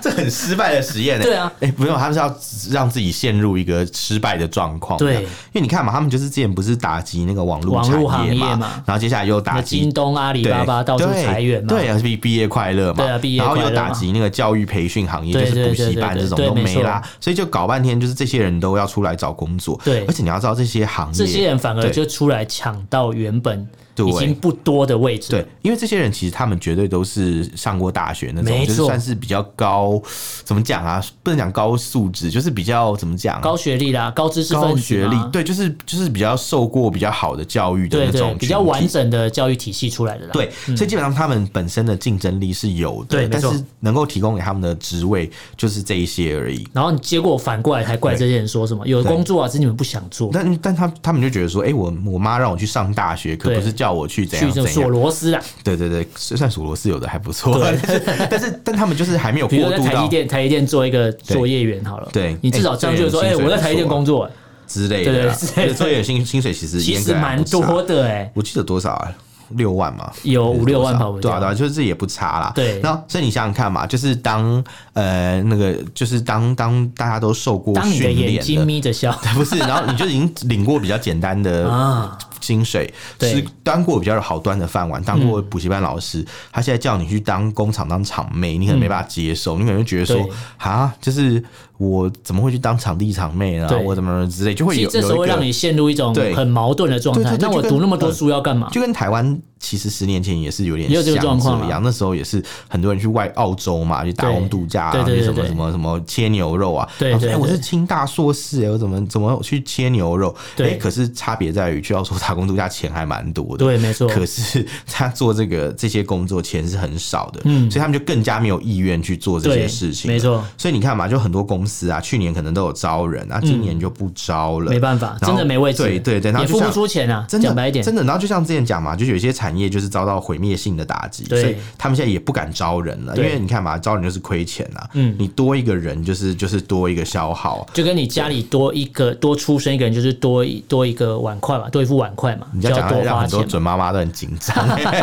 Speaker 2: 这很失败的实验、欸。
Speaker 1: 对啊，
Speaker 2: 哎、没有，他们是要让自己陷入一个失败的状况。
Speaker 1: 对
Speaker 2: 因为你看嘛，他们就是之前不是打击那个网络
Speaker 1: 网
Speaker 2: 产
Speaker 1: 络行
Speaker 2: 业
Speaker 1: 业
Speaker 2: 嘛，
Speaker 1: 嘛
Speaker 2: 然后接下来又打
Speaker 1: 那
Speaker 2: 击
Speaker 1: 京东、阿里
Speaker 2: 对
Speaker 1: 巴巴到处
Speaker 2: 对
Speaker 1: 裁员嘛。
Speaker 2: 对啊，毕毕业快乐嘛，
Speaker 1: 对啊毕业
Speaker 2: 然后
Speaker 1: 快
Speaker 2: 又
Speaker 1: 乐嘛
Speaker 2: 打击那个教育培训行业，就
Speaker 1: 对
Speaker 2: 是
Speaker 1: 对
Speaker 2: 补
Speaker 1: 对
Speaker 2: 习
Speaker 1: 对
Speaker 2: 班
Speaker 1: 对
Speaker 2: 这种
Speaker 1: 对
Speaker 2: 都
Speaker 1: 没
Speaker 2: 没
Speaker 1: 错
Speaker 2: 啦，所以就搞半天，就是这些人都要出来找工作，
Speaker 1: 对
Speaker 2: 而且你要知道这些行业，
Speaker 1: 这些人反而
Speaker 2: 对
Speaker 1: 就出来抢到原本
Speaker 2: 对
Speaker 1: 已经不多的位置。
Speaker 2: 对，，因为这些人其实他们绝对都是上过大学那种，
Speaker 1: 没
Speaker 2: 就是
Speaker 1: 错
Speaker 2: 算是比较高，怎么讲啊？不能讲高素质，就是比较怎么讲、啊
Speaker 1: 高学历啦，高知识分
Speaker 2: 高
Speaker 1: 子
Speaker 2: 学历
Speaker 1: 嘛，
Speaker 2: 对，就是就是比较受过比较好的教育的
Speaker 1: 对
Speaker 2: 那种
Speaker 1: 对，
Speaker 2: 群体，
Speaker 1: 比较完整的教育体系出来的啦。
Speaker 2: 对，所以基本上他们本身的竞争力是有
Speaker 1: 嗯
Speaker 2: 的，
Speaker 1: 对没
Speaker 2: 但
Speaker 1: 错
Speaker 2: 是能够提供给他们的职位就是这一些而已。
Speaker 1: 然后你结果反过来还怪这些人说什么有工作啊，只是你们不想做，
Speaker 2: 但但他他们就觉得说，哎、我我妈让我去上大学，可
Speaker 1: 对
Speaker 2: 不是叫我去怎
Speaker 1: 去
Speaker 2: 样
Speaker 1: 这种
Speaker 2: 怎
Speaker 1: 锁
Speaker 2: 样。
Speaker 1: 螺丝啊，
Speaker 2: 对对对，虽然索罗斯有的还不错，但是 但是但他们就是还没有
Speaker 1: 比如
Speaker 2: 过
Speaker 1: 在
Speaker 2: 渡
Speaker 1: 台积
Speaker 2: 到
Speaker 1: 电，台积电做一个作业员好了，
Speaker 2: 对
Speaker 1: 你至少这样就是说，
Speaker 2: 哎
Speaker 1: 哎，
Speaker 2: 这个人薪水
Speaker 1: 我在台积电
Speaker 2: 不错啊
Speaker 1: 工作，哎
Speaker 2: 之类
Speaker 1: 对
Speaker 2: 的
Speaker 1: 对
Speaker 2: 啦。
Speaker 1: 之类的
Speaker 2: 所以薪薪水其实
Speaker 1: 其
Speaker 2: 应
Speaker 1: 实
Speaker 2: 该还
Speaker 1: 蛮
Speaker 2: 啊不差
Speaker 1: 多的哎。
Speaker 2: 我记得多少啊？六万嘛，
Speaker 1: 有
Speaker 2: 还是
Speaker 1: 五六
Speaker 2: 多
Speaker 1: 万
Speaker 2: 少
Speaker 1: 跑不
Speaker 2: 对啊，
Speaker 1: 掉
Speaker 2: 对啊，就是这也不差啦。
Speaker 1: 对
Speaker 2: 然后所以你想想看嘛，就是当呃那个，就是当当大家都受过
Speaker 1: 当你的
Speaker 2: 训练
Speaker 1: 眼睛眯着笑
Speaker 2: 不是，然后你就已经领过比较简单的
Speaker 1: 啊，
Speaker 2: 薪水，
Speaker 1: 对嗯
Speaker 2: 吃当过比较好端的饭碗，当过补习班老师，他现在叫你去当工厂当厂妹，你可能没办法接受，你可能就觉得说
Speaker 1: 嗯对
Speaker 2: 啊，就是我怎么会去当场地厂妹呢
Speaker 1: 对？
Speaker 2: 我怎么怎么之类，就会
Speaker 1: 其
Speaker 2: 有
Speaker 1: 实这时候
Speaker 2: 有一
Speaker 1: 会
Speaker 2: 个
Speaker 1: 让你陷入一种
Speaker 2: 对
Speaker 1: 很矛盾的状态
Speaker 2: 对对。对
Speaker 1: 那我
Speaker 2: 就跟
Speaker 1: 读那么多书要干嘛？
Speaker 2: 就跟台湾其实十年前也是有点
Speaker 1: 也有这个
Speaker 2: 像
Speaker 1: 状况
Speaker 2: 这
Speaker 1: 啊
Speaker 2: 样，那时候也是很多人去外澳洲嘛，去打工
Speaker 1: 对
Speaker 2: 度假啊，
Speaker 1: 对对
Speaker 2: 去什
Speaker 1: 对
Speaker 2: 么
Speaker 1: 对
Speaker 2: 什么什么切牛肉啊，
Speaker 1: 对
Speaker 2: 他说
Speaker 1: 对
Speaker 2: 哎我
Speaker 1: 对
Speaker 2: 是清大硕士哎，我怎么怎么去切牛肉？
Speaker 1: 对
Speaker 2: 哎，可是差别在于去澳洲打工度假钱还蛮多的，
Speaker 1: 对，没错，
Speaker 2: 可是他做这个这些工作钱是很少的，所以他们就更加没有意愿去做这些
Speaker 1: 嗯对
Speaker 2: 事，情。
Speaker 1: 没，错，
Speaker 2: 所以你看嘛，就很多公司啊，去年可能都有招人啊，今年就不招了。
Speaker 1: 嗯没办法，
Speaker 2: 然后
Speaker 1: 真的没位置，
Speaker 2: 对对对然后
Speaker 1: 也
Speaker 2: 就
Speaker 1: 付不
Speaker 2: 像
Speaker 1: 出钱啊，
Speaker 2: 真的
Speaker 1: 讲白一点，
Speaker 2: 真的，然后就像之前讲嘛，就是有一些产业就是遭到毁灭性的打击，所
Speaker 1: 对
Speaker 2: 以他们现在也不敢招人了，因
Speaker 1: 对
Speaker 2: 为你看嘛，招人就是亏钱啊，
Speaker 1: 嗯
Speaker 2: 你多一个人就是就是多一个消耗，
Speaker 1: 就跟你家里多一个多出生一个人，就是多一多一个碗筷嘛，多一副碗筷嘛，
Speaker 2: 你
Speaker 1: 就
Speaker 2: 要讲
Speaker 1: 要
Speaker 2: 到
Speaker 1: 多
Speaker 2: 让
Speaker 1: 花
Speaker 2: 很多
Speaker 1: 钱嘛。
Speaker 2: 准妈妈都很紧张，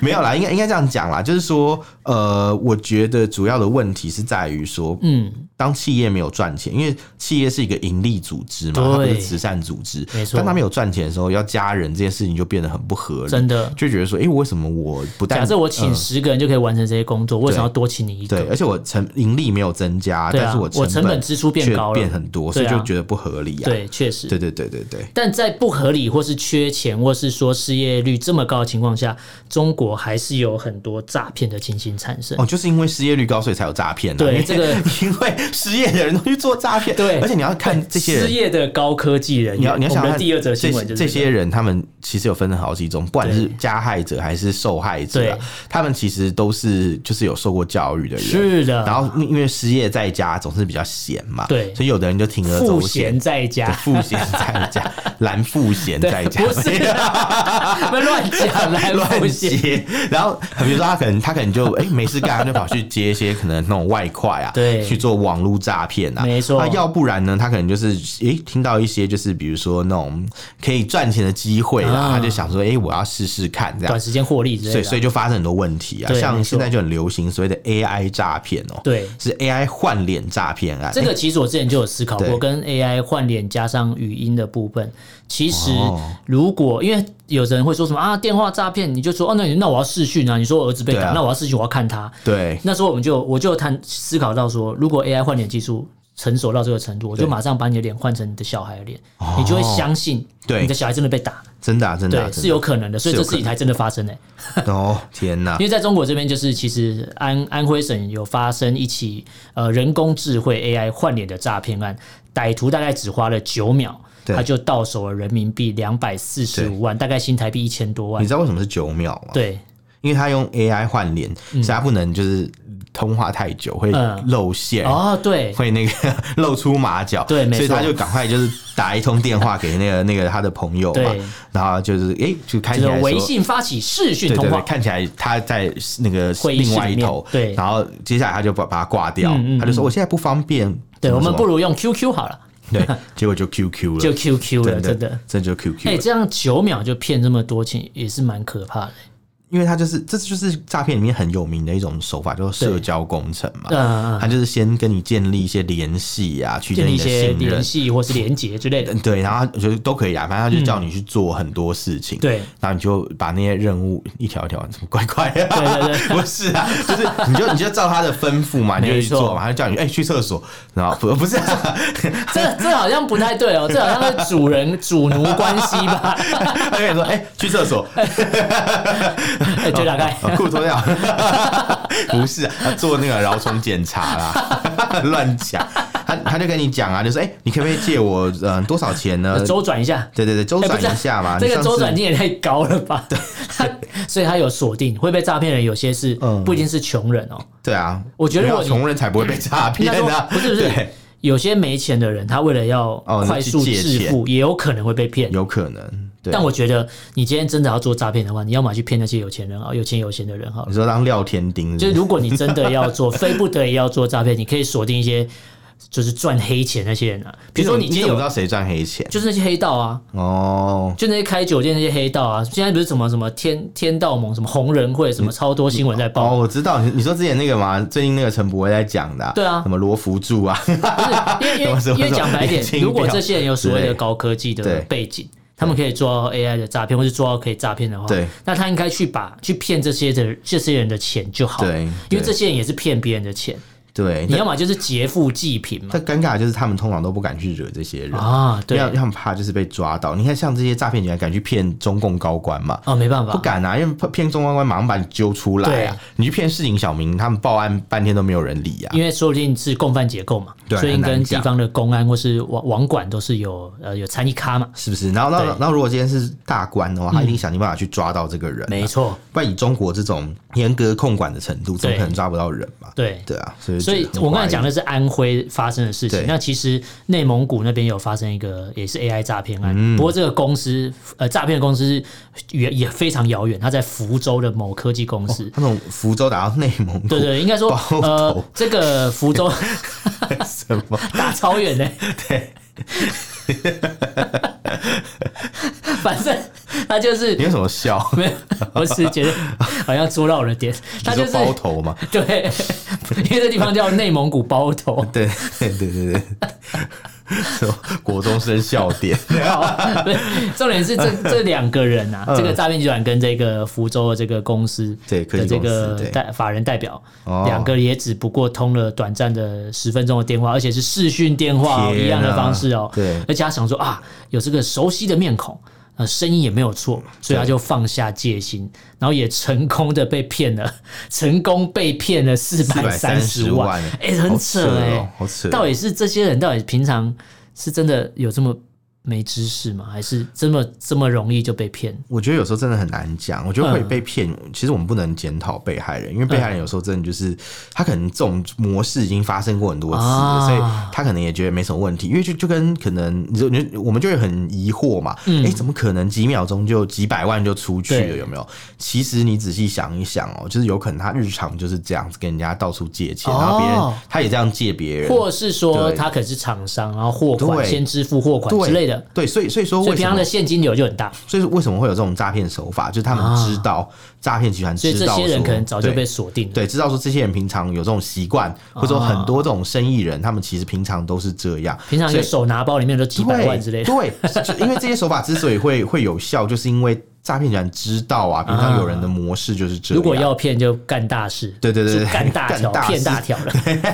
Speaker 2: 没有啦，应该应该这样讲啦，就是说，呃，我觉得主要的问题是在于说，
Speaker 1: 嗯，
Speaker 2: 当企业没有赚钱，因为企业是一个盈利组织嘛，它不
Speaker 1: 对
Speaker 2: 是慈善组织
Speaker 1: 没，错
Speaker 2: 当它没有赚钱的时候，要加人这件事情就变得很不合理，
Speaker 1: 真的
Speaker 2: 就觉得说，哎、为什么我不但
Speaker 1: 假设我请
Speaker 2: 嗯
Speaker 1: 十个人就可以完成这些工作，为什么要多请你一
Speaker 2: 对，
Speaker 1: 个？
Speaker 2: 而且我成盈利没有增加，
Speaker 1: 对啊
Speaker 2: 但是
Speaker 1: 我
Speaker 2: 成
Speaker 1: 成本支出变
Speaker 2: 却
Speaker 1: 高了
Speaker 2: 变很多，所以
Speaker 1: 对啊
Speaker 2: 就觉得不合理啊。
Speaker 1: 对，确实。
Speaker 2: 对对对对对，
Speaker 1: 但在不合理或是缺钱，或是说失业率这么高的情况下，中国还是有很多诈骗的情形产生。
Speaker 2: 哦，就是因为失业率高，所以才有诈骗啊。
Speaker 1: 对
Speaker 2: 因为
Speaker 1: 这个
Speaker 2: 因为失业的人都去做诈骗，
Speaker 1: 对哎
Speaker 2: 而且你要看这些
Speaker 1: 失
Speaker 2: 人。
Speaker 1: 业的高科技人员，
Speaker 2: 你要你要
Speaker 1: 我
Speaker 2: 想
Speaker 1: 们的
Speaker 2: 看
Speaker 1: 第二则
Speaker 2: 这
Speaker 1: 新闻
Speaker 2: 些
Speaker 1: 就是
Speaker 2: 这
Speaker 1: 个
Speaker 2: 些人，他们其实有分成好几种，不管是
Speaker 1: 对
Speaker 2: 加害者还是受害者啊
Speaker 1: 对，
Speaker 2: 他们其实都是就是有受过教育的人。
Speaker 1: 是的，
Speaker 2: 然后因为失业在家总是比较闲嘛，
Speaker 1: 对
Speaker 2: 所以有的人就铤而走
Speaker 1: 赋
Speaker 2: 险
Speaker 1: 闲，在
Speaker 2: 对
Speaker 1: 家，
Speaker 2: 赋闲在家， 蓝赋闲在家，
Speaker 1: 不是 啊，不要乱讲，来
Speaker 2: 乱
Speaker 1: 不行。
Speaker 2: 接，然后比如说他可能他可能就哎、没事干，他就跑去接一些可能那种外快啊，
Speaker 1: 对
Speaker 2: 去做网络诈骗啊，
Speaker 1: 没错
Speaker 2: 那要不然呢，他可能就是哎、听到一些就是比如说那种可以赚钱的机会啦，
Speaker 1: 啊
Speaker 2: 他就想说哎、我要试试看这样
Speaker 1: 短。时间获利之类的
Speaker 2: 所
Speaker 1: 啊
Speaker 2: 以，所以就发生很多问题啊，
Speaker 1: 对
Speaker 2: 像
Speaker 1: 没错
Speaker 2: 现在就很流行所谓的 AI 诈骗哦，
Speaker 1: 对
Speaker 2: 是 AI 换脸诈骗案。
Speaker 1: 这个其实我之前就有思考
Speaker 2: 对
Speaker 1: 过，跟 AI 换脸加上语音的部分，其实
Speaker 2: 哦
Speaker 1: 如果因为有人会说什么啊电话诈骗，你就说哦那你那我要视讯啊，你说我儿子被
Speaker 2: 对
Speaker 1: 打，
Speaker 2: 啊
Speaker 1: 那我要视讯我要看他。
Speaker 2: 对
Speaker 1: 那时候我们就我就探思考到说，如果 AI 换脸技术成熟到这个程度，我就马上把你的脸换成你的小孩的脸，你就会相信
Speaker 2: 哦对
Speaker 1: 你的小孩真的被打，
Speaker 2: 真的啊、真的啊、
Speaker 1: 对，
Speaker 2: 真的
Speaker 1: 是有可能的。所以
Speaker 2: 是
Speaker 1: 这
Speaker 2: 有
Speaker 1: 事情
Speaker 2: 可能
Speaker 1: 还真的发生嘞、
Speaker 2: 哦，天哪
Speaker 1: 因！为在中国这边，就是其实安安徽省有发生一起呃人工智慧 AI 换脸的诈骗案，歹徒大概只花了九秒，
Speaker 2: 对
Speaker 1: 他就到手了人民币两百四十五万，大概新台币一千多
Speaker 2: 你
Speaker 1: 万。
Speaker 2: 知道为什么是九秒吗？
Speaker 1: 对，
Speaker 2: 因为他用 AI 换脸，所以他不能就是通话太久会
Speaker 1: 嗯
Speaker 2: 露馅。
Speaker 1: 哦，对，
Speaker 2: 会那个 露出马脚，
Speaker 1: 对没
Speaker 2: 所以他
Speaker 1: 错
Speaker 2: 就赶快就是打一通电话给那个 那个他的朋友嘛
Speaker 1: 对，
Speaker 2: 然后就是哎、就看
Speaker 1: 就
Speaker 2: 起
Speaker 1: 是
Speaker 2: 来
Speaker 1: 微
Speaker 2: 说，
Speaker 1: 信发起视讯
Speaker 2: 对
Speaker 1: 通
Speaker 2: 对对，
Speaker 1: 话，
Speaker 2: 看起来他在那个
Speaker 1: 会议室
Speaker 2: 另外一
Speaker 1: 里面
Speaker 2: 头，
Speaker 1: 对
Speaker 2: 然后接下来他就把把他挂掉，
Speaker 1: 嗯嗯
Speaker 2: 他就说我现在不方便，
Speaker 1: 对
Speaker 2: 什么
Speaker 1: 我们
Speaker 2: 什么
Speaker 1: 不如用 QQ 好了，
Speaker 2: 对，结果就 QQ 了，
Speaker 1: 就 QQ 了，真的。
Speaker 2: 真就 QQ，
Speaker 1: 哎、
Speaker 2: 了
Speaker 1: 这样九秒就骗这么多钱，也是蛮可怕的。
Speaker 2: 因为他就是这就是诈骗里面很有名的一种手法，就是社交工程嘛，
Speaker 1: 嗯嗯
Speaker 2: 他就是先跟你建立一些联系啊，取
Speaker 1: 建
Speaker 2: 得
Speaker 1: 立一
Speaker 2: 你的
Speaker 1: 些
Speaker 2: 信
Speaker 1: 联
Speaker 2: 任。
Speaker 1: 系或是连接之类的。
Speaker 2: 对，然后就都可以啊，反正他就叫你去做很多事情，
Speaker 1: 对
Speaker 2: 然后你就把那些任务一条一条，怎么怪怪的、
Speaker 1: 对对
Speaker 2: 不是啊，就是你就你就照他的吩咐嘛，你就
Speaker 1: 没
Speaker 2: 去
Speaker 1: 错
Speaker 2: 做嘛，他就叫你哎、去厕所，然后不不是、啊，
Speaker 1: 这这好像不太对哦，这好像是主人主奴关系吧？
Speaker 2: 他跟你说哎、去 厕所，
Speaker 1: 哎就大概
Speaker 2: 裤脱掉，不是、啊、他做那个蛲虫检查啦， 乱讲，他他就跟你讲啊，就说哎、你可不可以借我 呃多少钱呢？
Speaker 1: 周转一下。
Speaker 2: 对对对，周
Speaker 1: 哎不
Speaker 2: 转
Speaker 1: 是啊
Speaker 2: 一下嘛，
Speaker 1: 这
Speaker 2: 你
Speaker 1: 个
Speaker 2: 上
Speaker 1: 周
Speaker 2: 次
Speaker 1: 转金也太高了吧？对，所以他有锁定会被诈骗人，有些是
Speaker 2: 嗯
Speaker 1: 不一定是穷人哦，
Speaker 2: 对啊，
Speaker 1: 我觉得
Speaker 2: 没有
Speaker 1: 我
Speaker 2: 穷人才不会被诈
Speaker 1: 应
Speaker 2: 骗
Speaker 1: 该说
Speaker 2: 啊，
Speaker 1: 不是不是
Speaker 2: 对，
Speaker 1: 有些没钱的人，他为了要
Speaker 2: 哦
Speaker 1: 快速
Speaker 2: 去借
Speaker 1: 致富，也有可能会被骗。
Speaker 2: 有可能。对，啊
Speaker 1: 但我觉得你今天真的要做诈骗的话，你要么去骗那些有钱人啊，有钱有闲的人好了
Speaker 2: 你。说当廖天丁
Speaker 1: 就是是如果你真的要做，非不得已要做诈骗，你可以锁定一些就是赚黑钱那些人啊，比
Speaker 2: 不是，
Speaker 1: 如说你今
Speaker 2: 你
Speaker 1: 天
Speaker 2: 怎么
Speaker 1: 有
Speaker 2: 知道谁赚黑钱？
Speaker 1: 就是那些黑道啊，
Speaker 2: 哦，
Speaker 1: 就那些开酒店那些黑道啊，现在不是什么什么天天道盟、什么红人会、
Speaker 2: 嗯
Speaker 1: 什么超多新闻在
Speaker 2: 哦，
Speaker 1: 报，
Speaker 2: 我知道，你你说之前那个嘛，最近那个陈柏威在讲的啊，
Speaker 1: 对啊
Speaker 2: 什么罗福柱啊，
Speaker 1: 不是因为因为
Speaker 2: 什么
Speaker 1: 因为讲白一点
Speaker 2: 什么，
Speaker 1: 如果这些人有所谓
Speaker 2: 之类
Speaker 1: 的
Speaker 2: 的
Speaker 1: 高科技
Speaker 2: 对
Speaker 1: 的背景。他们可以做到 AI 的诈骗，或是做到可以诈骗的话
Speaker 2: 对，
Speaker 1: 那他应该去把去骗这些的这些人的钱就好了，
Speaker 2: 对
Speaker 1: 因为
Speaker 2: 对
Speaker 1: 这些人也是骗别人的钱，
Speaker 2: 对，
Speaker 1: 你要么就是劫富济贫嘛
Speaker 2: 但，但尴尬的就是他们通常都不敢去惹这些人，
Speaker 1: 啊，
Speaker 2: 因
Speaker 1: 对，
Speaker 2: 为他们怕就是被抓到。你看，像这些诈骗集团敢去骗中共高官嘛？
Speaker 1: 哦，没办法，
Speaker 2: 不敢啊，因为骗中共高官马上把你揪出来
Speaker 1: 对
Speaker 2: 啊！你去骗市井小民，他们报案半天都没有人理啊。
Speaker 1: 因为说不定是共犯结构嘛，
Speaker 2: 对
Speaker 1: 所以
Speaker 2: 很难
Speaker 1: 跟地
Speaker 2: 讲
Speaker 1: 方的公安或是网网管都是有呃有参与咖嘛，
Speaker 2: 是不是？然后，那
Speaker 1: 对嗯
Speaker 2: 那如果今天是大官的话，他一定想尽办法去抓到这个人啊、
Speaker 1: 没错，
Speaker 2: 不然以中国这种严格控管的程度，怎么
Speaker 1: 对
Speaker 2: 可能抓不到人嘛？
Speaker 1: 对。
Speaker 2: 对啊，所以
Speaker 1: 所以
Speaker 2: 就很
Speaker 1: 我刚才
Speaker 2: 怀疑
Speaker 1: 讲的是安徽发生的事情
Speaker 2: 对，
Speaker 1: 那其实内蒙古那边有发生一个也是 AI 诈骗案，
Speaker 2: 嗯
Speaker 1: 不过这个公司呃诈骗的公司也也非常遥远，它在福州的某科技公司。
Speaker 2: 他从福州打到内蒙古，
Speaker 1: 对对，应该说
Speaker 2: 包
Speaker 1: 呃
Speaker 2: 哦头，
Speaker 1: 这个福州
Speaker 2: 什么？
Speaker 1: 打超远呢、对，反正他就是
Speaker 2: 你为什么笑？
Speaker 1: 没有，我只是觉得好像捉到我的点，他
Speaker 2: 你
Speaker 1: 就
Speaker 2: 说
Speaker 1: 是
Speaker 2: 包头吗？
Speaker 1: 对，因为这地方叫内蒙古包头，
Speaker 2: 对对对对 对，什么国中生笑点？啊
Speaker 1: 好， 对，重点是这 这两个人啊，这个诈骗集团跟这个福州的这个公司
Speaker 2: 嗯对科
Speaker 1: 的
Speaker 2: 技
Speaker 1: 这
Speaker 2: 公司
Speaker 1: 个
Speaker 2: 对
Speaker 1: 代法人代表，
Speaker 2: 哦
Speaker 1: 两个也只不过通了短暂的十分钟的电话，而且是视讯电话、哦、
Speaker 2: 天啊
Speaker 1: 一样的方式哦，
Speaker 2: 对
Speaker 1: 而且他想说啊，有这个熟悉的面孔。呃，声音也没有错，所以他就放下戒心，然后也成功的被骗了，成功被骗了四百三十
Speaker 2: 430
Speaker 1: 万
Speaker 2: 万，
Speaker 1: 哎、很扯哎、
Speaker 2: 好扯哦，
Speaker 1: 到
Speaker 2: 好扯哦。
Speaker 1: 底是这些人到底平常是真的有这么没知识吗？还是这么这么容易就被骗？
Speaker 2: 我觉得有时候真的很难讲，我觉得会
Speaker 1: 嗯
Speaker 2: 被骗。其实我们不能检讨被害人，因为被害人有时候真的就是他可能这种模式已经发生过很多次了，
Speaker 1: 啊
Speaker 2: 所以他可能也觉得没什么问题。因为就就跟可能你就你就我们就会很疑惑嘛，哎、怎么可能几秒钟就几百万就出去了？
Speaker 1: 嗯对
Speaker 2: 有没有？其实你仔细想一想哦、就是有可能他日常就是这样子跟人家到处借钱，然后别
Speaker 1: 哦
Speaker 2: 人他也这样借别人，
Speaker 1: 或是说
Speaker 2: 对
Speaker 1: 他可是厂商，然后货款
Speaker 2: 对
Speaker 1: 先支付货款
Speaker 2: 对
Speaker 1: 之类的，
Speaker 2: 对，所以所以说
Speaker 1: 所以
Speaker 2: 为
Speaker 1: 平
Speaker 2: 什
Speaker 1: 常
Speaker 2: 么
Speaker 1: 的？现金流就很大，
Speaker 2: 所以为什么会有这种诈骗手法？就是他们知道诈骗集团
Speaker 1: 啊所以
Speaker 2: 知
Speaker 1: 这
Speaker 2: 道
Speaker 1: 些人
Speaker 2: 说
Speaker 1: 可能早就
Speaker 2: 对
Speaker 1: 被锁定了。
Speaker 2: 对，知道说这些人平常有这种习惯，或者说
Speaker 1: 哦
Speaker 2: 很多这种生意人，他们其实平常都是这样，
Speaker 1: 平常一
Speaker 2: 所
Speaker 1: 个
Speaker 2: 以
Speaker 1: 手拿包里面都几百万之类的，
Speaker 2: 对，对就因为这些手法之所以会会有效，就是因为诈骗集团知道啊，平常有人的模式就是这
Speaker 1: 如
Speaker 2: 样。
Speaker 1: 果要骗就干大事，
Speaker 2: 对对对
Speaker 1: 就
Speaker 2: 对
Speaker 1: 干大条
Speaker 2: 干大事
Speaker 1: 骗大条了。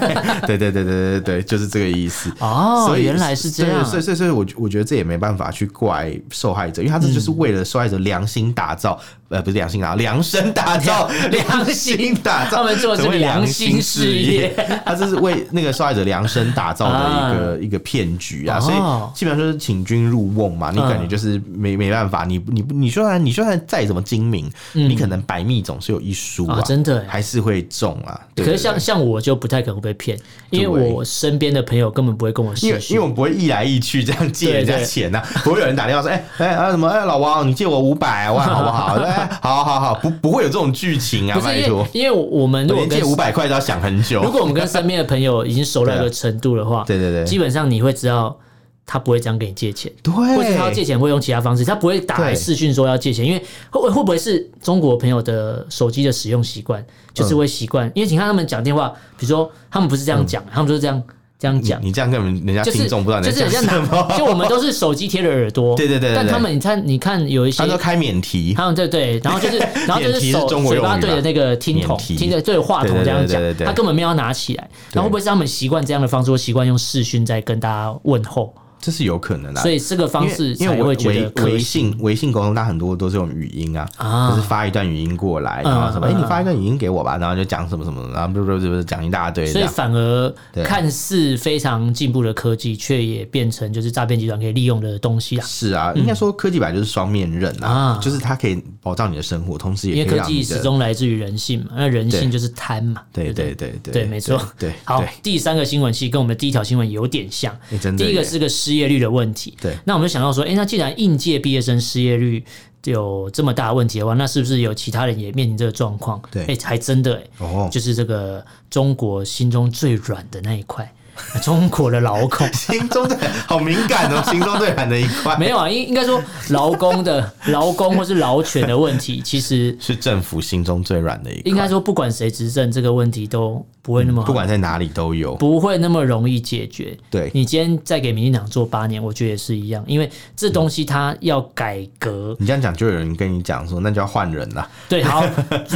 Speaker 2: 对对对对对对，就是这个意思。
Speaker 1: 哦
Speaker 2: 所以
Speaker 1: 原来是这样
Speaker 2: 对所以所以所以我觉我觉得这也没办法去怪受害者，因为他这
Speaker 1: 嗯
Speaker 2: 就是为了受害者良心打造，呃，不是良心打造，量身打造，
Speaker 1: 良
Speaker 2: 良
Speaker 1: 心
Speaker 2: 心打造，
Speaker 1: 他们做的是
Speaker 2: 所谓
Speaker 1: 良
Speaker 2: 良
Speaker 1: 心事
Speaker 2: 事
Speaker 1: 业，
Speaker 2: 他这是为那个受害者量身打造的一个一个骗局啊，所
Speaker 1: 哦嗯
Speaker 2: 以基本上就是请君入瓮嘛，你感觉就是没没办法，你你你就算你就算再怎么精明，你可能百密总是有一疏
Speaker 1: 嗯啊
Speaker 2: 啊，
Speaker 1: 真的耶
Speaker 2: 还是会中啊。对
Speaker 1: 可是
Speaker 2: 对
Speaker 1: 像
Speaker 2: 对
Speaker 1: 像我就不太可能被骗，因为
Speaker 2: 对
Speaker 1: 我身边的朋友根本不会跟我
Speaker 2: 因为
Speaker 1: 试
Speaker 2: 因为
Speaker 1: 讯。
Speaker 2: 我们不会一来一去这样借人家钱呐、不会有人打电话说，哎、哎、啊什么哎、老王你借我五百万好 不好？哎、好好好，不不会有这种剧情啊，
Speaker 1: 不是
Speaker 2: 拜
Speaker 1: 因为
Speaker 2: 托，
Speaker 1: 因为我们如果
Speaker 2: 连
Speaker 1: 跟
Speaker 2: 借五百块都要想很久。
Speaker 1: 如果我们跟身边的朋友已经熟到一个程度的话，
Speaker 2: 对对对
Speaker 1: 基本上你会知道他不会这样给你借钱，
Speaker 2: 对，
Speaker 1: 或者他要借钱会用其他方式，他不会打来
Speaker 2: 对
Speaker 1: 视讯说要借钱，因为会会不会是中国朋友的手机的使用习惯，就是会习惯，因为你看他们讲电话，比如说他们不是这样讲，他们就是这样这样
Speaker 2: 嗯你
Speaker 1: 讲。
Speaker 2: 你这样跟人人家
Speaker 1: 就是
Speaker 2: 听众不知道你
Speaker 1: 就
Speaker 2: 在
Speaker 1: 是人
Speaker 2: 讲
Speaker 1: 家
Speaker 2: 什
Speaker 1: 拿，就
Speaker 2: 么，
Speaker 1: 我们都是手机贴着耳朵，
Speaker 2: 对对对对
Speaker 1: 但
Speaker 2: 对
Speaker 1: 他们你看，你看有一些
Speaker 2: 他说开免提，
Speaker 1: 他们对对，然后 就是然后就
Speaker 2: 免提
Speaker 1: 是
Speaker 2: 是
Speaker 1: 手
Speaker 2: 中国
Speaker 1: 嘴
Speaker 2: 用
Speaker 1: 巴
Speaker 2: 语
Speaker 1: 对
Speaker 2: 吧
Speaker 1: 着那个听筒，
Speaker 2: 免提
Speaker 1: 听着对着话筒
Speaker 2: 对对
Speaker 1: 这样
Speaker 2: 对
Speaker 1: 讲
Speaker 2: 对对，对
Speaker 1: 他根本没有要拿起来。然后会不会是他们习惯这样的方式，或习惯用视讯在跟大家问候，
Speaker 2: 这是有可能的、啊
Speaker 1: 所。以这个方
Speaker 2: 因为
Speaker 1: 式
Speaker 2: 因
Speaker 1: 才
Speaker 2: 为
Speaker 1: 会
Speaker 2: 微
Speaker 1: 觉得
Speaker 2: 微
Speaker 1: 可
Speaker 2: 微
Speaker 1: 行
Speaker 2: 信微信沟通，它很多都是用语音啊，
Speaker 1: 啊
Speaker 2: 就是发一段语音过来，然后什么，
Speaker 1: 嗯
Speaker 2: 哎、
Speaker 1: 嗯
Speaker 2: 你发一段语音给我吧，然后就讲什么什么，然后不不不不讲一大堆这
Speaker 1: 所以
Speaker 2: 样，
Speaker 1: 反而
Speaker 2: 对
Speaker 1: 看似非常进步的科技，却也变成就是诈骗集团可以利用的东西啦。
Speaker 2: 是啊，应该说科技本来就是双面刃啊，
Speaker 1: 嗯啊
Speaker 2: 就是它可以保障你的生活，同时
Speaker 1: 因
Speaker 2: 也
Speaker 1: 为
Speaker 2: 可以
Speaker 1: 科
Speaker 2: 让
Speaker 1: 技
Speaker 2: 你
Speaker 1: 始
Speaker 2: 的
Speaker 1: 终来自于人性嘛，那人性就是贪嘛，
Speaker 2: 对
Speaker 1: 不对
Speaker 2: 对对对
Speaker 1: 对，没错，
Speaker 2: 对，
Speaker 1: 好
Speaker 2: 对，
Speaker 1: 第三个新闻其实跟我们的第一条新闻有点像
Speaker 2: 诶，真的
Speaker 1: 第一个
Speaker 2: 耶
Speaker 1: 是个失业率的问题。
Speaker 2: 对
Speaker 1: 那我们就想到说，诶，那既然应届毕业生失业率有这么大的问题的话，那是不是有其他人也面临这个状况？
Speaker 2: 对
Speaker 1: 诶，还真的、诶，
Speaker 2: 哦
Speaker 1: 就是这个中国心中最软的那一块， 中国的劳 工。
Speaker 2: 心中对好敏感哦，心中对喊的一 块，
Speaker 1: 没有啊，应应该说劳工的 劳工或是劳权的问题，其实
Speaker 2: 是政府心中最软的一块，
Speaker 1: 应该说不管谁执政，这个问题都不会那么好
Speaker 2: 嗯不管在哪里都有，
Speaker 1: 不会那么容易解决。
Speaker 2: 对
Speaker 1: 你今天再给民进党做八年，我觉得也是一样，因为这东西它要改革。
Speaker 2: 你这样讲，就有人跟你讲说，那就要换人啦。
Speaker 1: 对，好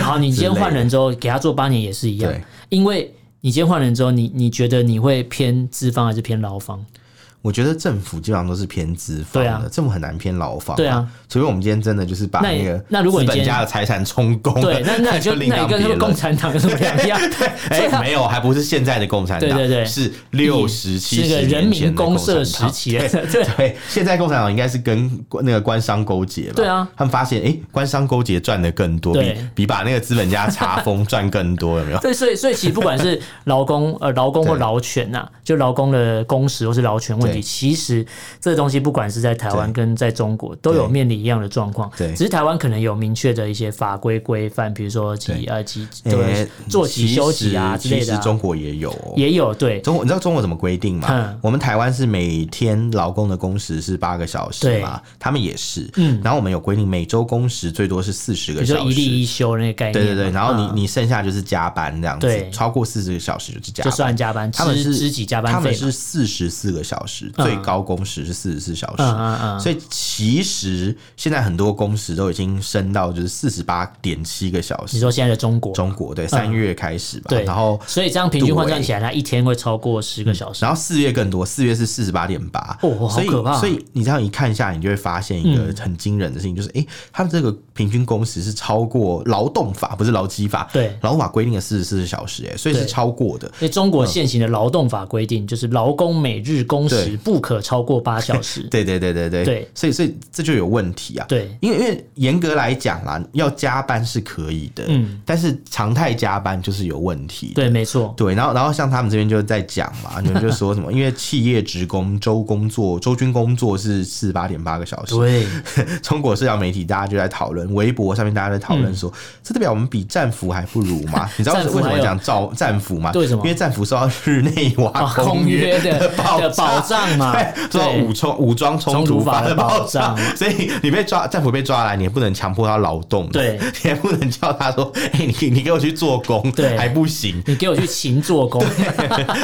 Speaker 1: 好，你今天换人之后给他做八年也是一样
Speaker 2: 对，
Speaker 1: 因为你今天换人之后，你你觉得你会偏资方还是偏劳方？
Speaker 2: 我觉得政府基本上都是偏资方
Speaker 1: 对
Speaker 2: 的，
Speaker 1: 啊
Speaker 2: 政府很难偏劳方、
Speaker 1: 对啊，
Speaker 2: 除非我们今天真的就是把
Speaker 1: 那
Speaker 2: 那个
Speaker 1: 那如果
Speaker 2: 资
Speaker 1: 你
Speaker 2: 本
Speaker 1: 今天
Speaker 2: 家的财产充公了，
Speaker 1: 对，那那你就
Speaker 2: 就 另
Speaker 1: 那
Speaker 2: 当
Speaker 1: 你
Speaker 2: 别
Speaker 1: 跟他们
Speaker 2: 论。
Speaker 1: 共产党有什么两 样？对
Speaker 2: 哎、
Speaker 1: 啊，
Speaker 2: 没有，还不是现在的共产党，
Speaker 1: 对对对
Speaker 2: 是六十七
Speaker 1: 是个人民公社时期的， 对
Speaker 2: 对，现在共产党应该是跟那个官商勾结吧？
Speaker 1: 对啊，
Speaker 2: 他们发现，哎、官商勾结赚的更多，比
Speaker 1: 对
Speaker 2: 比把那个资本家查封赚更多，有没有？
Speaker 1: 对，所以所以其实不管是劳工呃劳工或
Speaker 2: 对
Speaker 1: 劳权呐、就劳工的工时或是劳权问题，
Speaker 2: 对
Speaker 1: 其实这东西不管是在台湾
Speaker 2: 对
Speaker 1: 跟在中国都有
Speaker 2: 对
Speaker 1: 面临一样的状况，
Speaker 2: 对
Speaker 1: 只是台湾可能有明确的一些法规规范，比如说几
Speaker 2: 对
Speaker 1: 呃几
Speaker 2: 诶
Speaker 1: 对做几休几啊之
Speaker 2: 其实
Speaker 1: 类的
Speaker 2: 其
Speaker 1: 啊、
Speaker 2: 实中国也有、哦。
Speaker 1: 也有对
Speaker 2: 中国，你知道中国怎么规定吗？
Speaker 1: 嗯
Speaker 2: 我们台湾是每天劳工的工时是八个小时
Speaker 1: 对
Speaker 2: 嘛，他们也是。
Speaker 1: 嗯
Speaker 2: 然后我们有规定，每周工时最多是四十
Speaker 1: 比
Speaker 2: 个
Speaker 1: 如
Speaker 2: 小
Speaker 1: 说
Speaker 2: 时。
Speaker 1: 一例一休那个概念嘛，
Speaker 2: 对对对，然后你、
Speaker 1: 嗯
Speaker 2: 你剩下就是加班这样子
Speaker 1: 对，
Speaker 2: 超过四十个小时就是加
Speaker 1: 就
Speaker 2: 班。
Speaker 1: 算加班，
Speaker 2: 他们
Speaker 1: 知
Speaker 2: 是
Speaker 1: 知己加班
Speaker 2: 他们
Speaker 1: 费嘛，
Speaker 2: 是四十四个小时，
Speaker 1: 嗯
Speaker 2: 最高工时是四十四小时。
Speaker 1: 嗯嗯嗯，
Speaker 2: 所以其实现在很多工时都已经升到就是四十八点七个小
Speaker 1: 你
Speaker 2: 时。
Speaker 1: 说现在的中国，
Speaker 2: 中国对三月开始吧，
Speaker 1: 嗯对，
Speaker 2: 然后
Speaker 1: 所以这样平均换算
Speaker 2: 对嗯
Speaker 1: 起来，它一天会超过十个小时。
Speaker 2: 然后四月更多，四月是四十八点八，
Speaker 1: 哦好
Speaker 2: 所以
Speaker 1: 可怕嗯
Speaker 2: 所以你这样一看下来，你就会发现一个很惊人的事情，就是诶，他们这个平均工时是超过劳动法，不是劳基法，
Speaker 1: 对
Speaker 2: 劳动法规定的四十四小时、诶，所以是
Speaker 1: 对
Speaker 2: 超过的。
Speaker 1: 所以中国现行的劳动法规定，就是劳工每日工时
Speaker 2: 对。
Speaker 1: 不可超过八小时
Speaker 2: 对对对对对，
Speaker 1: 对
Speaker 2: 所以所以这就有问题啊。
Speaker 1: 对
Speaker 2: 因为因为严格来讲啦，要加班是可以的，
Speaker 1: 嗯，
Speaker 2: 但是常态加班就是有问题的。
Speaker 1: 对，没错，
Speaker 2: 对，然后然后像他们这边就在讲嘛，你们就说 什么，因为企业职工周工作周均工作是四十八点八个小时，
Speaker 1: 对，
Speaker 2: 中国社交媒体大家就在讨论，微博上面大家在讨论说，这代表我们比战俘还不如 吗？你知道为
Speaker 1: 嗯战俘
Speaker 2: 什
Speaker 1: 还
Speaker 2: 么
Speaker 1: 有
Speaker 2: 讲战战俘吗？
Speaker 1: 对什么
Speaker 2: 因为战俘受到日内瓦
Speaker 1: 啊公约
Speaker 2: 约
Speaker 1: 的
Speaker 2: 保
Speaker 1: 的保障嘛
Speaker 2: 对，受到
Speaker 1: 对
Speaker 2: 武装武装冲
Speaker 1: 冲突
Speaker 2: 突
Speaker 1: 法
Speaker 2: 法
Speaker 1: 的
Speaker 2: 的
Speaker 1: 保
Speaker 2: 保障
Speaker 1: 障，
Speaker 2: 所以你被抓战俘被抓来，你也不能强迫他劳动，
Speaker 1: 对
Speaker 2: 你 也不能叫他说，哎、你你给我去做工，
Speaker 1: 对
Speaker 2: 还不行，
Speaker 1: 你给我去勤做 工，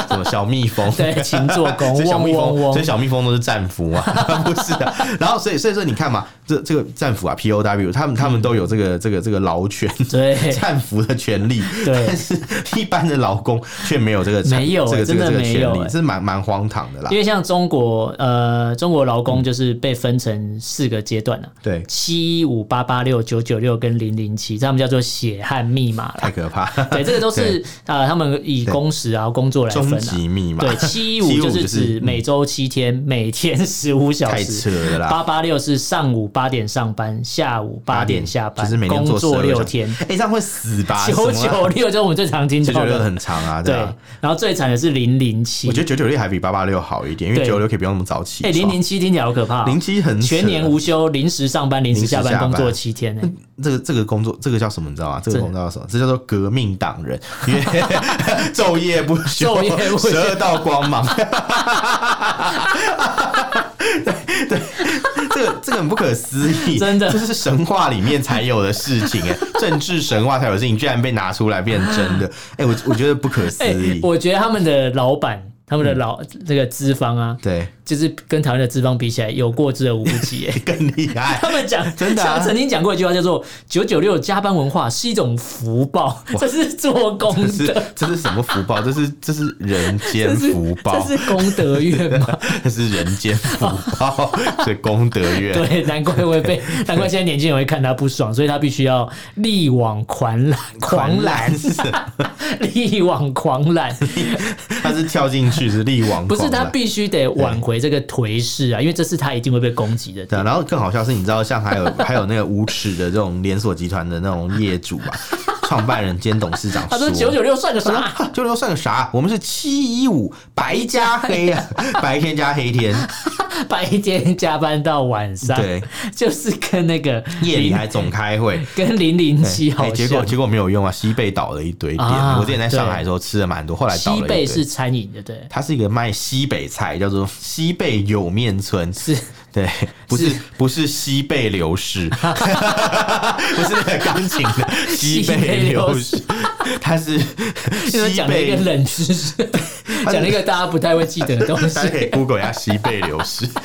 Speaker 2: 什么小蜜蜂，
Speaker 1: 对，勤做 工，
Speaker 2: 所以小
Speaker 1: 嗡
Speaker 2: 蜜蜂，
Speaker 1: 嗡
Speaker 2: 所以
Speaker 1: 嗡，
Speaker 2: 小蜜蜂都是战俘啊， 不是的。然后所以所以说你看嘛，这这个战俘啊，POW，他们他们都有这个这个这个劳权。
Speaker 1: 嗯对，
Speaker 2: 战俘的权利，
Speaker 1: 对
Speaker 2: 但是一般的劳工却没有这个产
Speaker 1: 没有
Speaker 2: 这个这
Speaker 1: 真
Speaker 2: 个
Speaker 1: 的
Speaker 2: 这个
Speaker 1: 没
Speaker 2: 权
Speaker 1: 有
Speaker 2: 利
Speaker 1: 哎，
Speaker 2: 这是蛮蛮荒唐的啦
Speaker 1: 因。为像中国，呃，中国劳工就是被分成四个阶段啊了。
Speaker 2: 对，
Speaker 1: 七五八八六九九六跟零零七，他们叫做血汗密码 啦。
Speaker 2: 太可怕。
Speaker 1: 对，这个都是呃，他们以工时啊、工作来分
Speaker 2: 终
Speaker 1: 啊。
Speaker 2: 极密码，
Speaker 1: 对，七五
Speaker 2: 七五
Speaker 1: 就是指
Speaker 2: 嗯
Speaker 1: 每周七天，每天 十五小
Speaker 2: 太
Speaker 1: 时
Speaker 2: 扯。了啦。
Speaker 1: 八八六是上午八点上班，下午八点下班，
Speaker 2: 就是每天
Speaker 1: 工作
Speaker 2: 12
Speaker 1: 六
Speaker 2: 小时
Speaker 1: 天。
Speaker 2: 哎，这样会死吧？
Speaker 1: 九九六就是我们最常听
Speaker 2: 啊九
Speaker 1: 到
Speaker 2: 九六
Speaker 1: 的，
Speaker 2: 很长啊，
Speaker 1: 对
Speaker 2: 对啊。。
Speaker 1: 然后最惨的是零零七，
Speaker 2: 我觉得九九六还比八八六好一点，因为
Speaker 1: 对
Speaker 2: 九九六可以不用那么早起
Speaker 1: 哎
Speaker 2: 床。
Speaker 1: 零零七听起来好可怕哦、
Speaker 2: 零七很扯啊
Speaker 1: 全年无休，临时上班，临时下
Speaker 2: 临时
Speaker 1: 班，
Speaker 2: 下班
Speaker 1: 工作七天、欸，
Speaker 2: 这个这个工作，这个叫什么？你知道吗？这个
Speaker 1: 这
Speaker 2: 工作叫什么？这叫做革命党人，因为 昼夜不休，
Speaker 1: 昼夜不休
Speaker 2: 十二道光芒。对对，这个这个很不可思议，
Speaker 1: 真的
Speaker 2: 这是神话里面才有的事情哎，政治神话才有的事情，居然被拿出来变真的，哎，我我觉得不可思
Speaker 1: 哎、
Speaker 2: 议。
Speaker 1: 我觉得他们的老板，他们的老、
Speaker 2: 嗯
Speaker 1: 这个资方啊，
Speaker 2: 对，
Speaker 1: 就是跟台湾的资方比起来，有过之而无不 及、欸。
Speaker 2: 更厉害。
Speaker 1: 他们讲
Speaker 2: 真的啊
Speaker 1: 曾曾经讲过一句话，叫做“九九六加班文化是一种福报，这是做工
Speaker 2: 这是
Speaker 1: 的，
Speaker 2: 这是什么福报？这是这是人
Speaker 1: 这
Speaker 2: 间
Speaker 1: 是
Speaker 2: 福报，
Speaker 1: 这是功德院 吗？
Speaker 2: 这是人间福报，所以功 德院。
Speaker 1: 对，难怪会 被，难怪现在年轻人会看他不爽，所以他必须要力挽狂 澜，狂澜，
Speaker 2: 是，
Speaker 1: 力挽狂澜，
Speaker 2: 他是跳进去是力挽狂澜，
Speaker 1: 不是他必须得挽回这个颓势啊，因为这是他一定会被攻击的
Speaker 2: 对啊，然后更好笑是，你知道像还有 还有那个无耻的这种连锁集团的那种业主 啊，创办人兼董事长
Speaker 1: 他说九九六算个啥？
Speaker 2: 九六算个啥？我们是七一五白加 黑啊，白天加黑天，
Speaker 1: 白天加班到晚上，
Speaker 2: 对，
Speaker 1: 就是跟那个
Speaker 2: 夜里
Speaker 1: 零
Speaker 2: 还总开会。
Speaker 1: 跟零零 七好
Speaker 2: 哎
Speaker 1: 像。
Speaker 2: 结果结果没有用啊！西贝倒了一堆店，
Speaker 1: 啊
Speaker 2: 我之前在上海的时候吃了蛮多，后来倒了
Speaker 1: 西
Speaker 2: 一
Speaker 1: 贝
Speaker 2: 堆。
Speaker 1: 是餐饮的，对，
Speaker 2: 它是一个卖西北菜，叫做西贝有面村，
Speaker 1: 是
Speaker 2: 对，不是不是西贝流逝， 不是那个钢 琴的西贝流逝，它是
Speaker 1: 现在
Speaker 2: 西
Speaker 1: 讲了一
Speaker 2: 贝
Speaker 1: 个，冷 知识，讲了一个大家不太会记得的东西
Speaker 2: 大。家可以 Google 一下西贝流逝。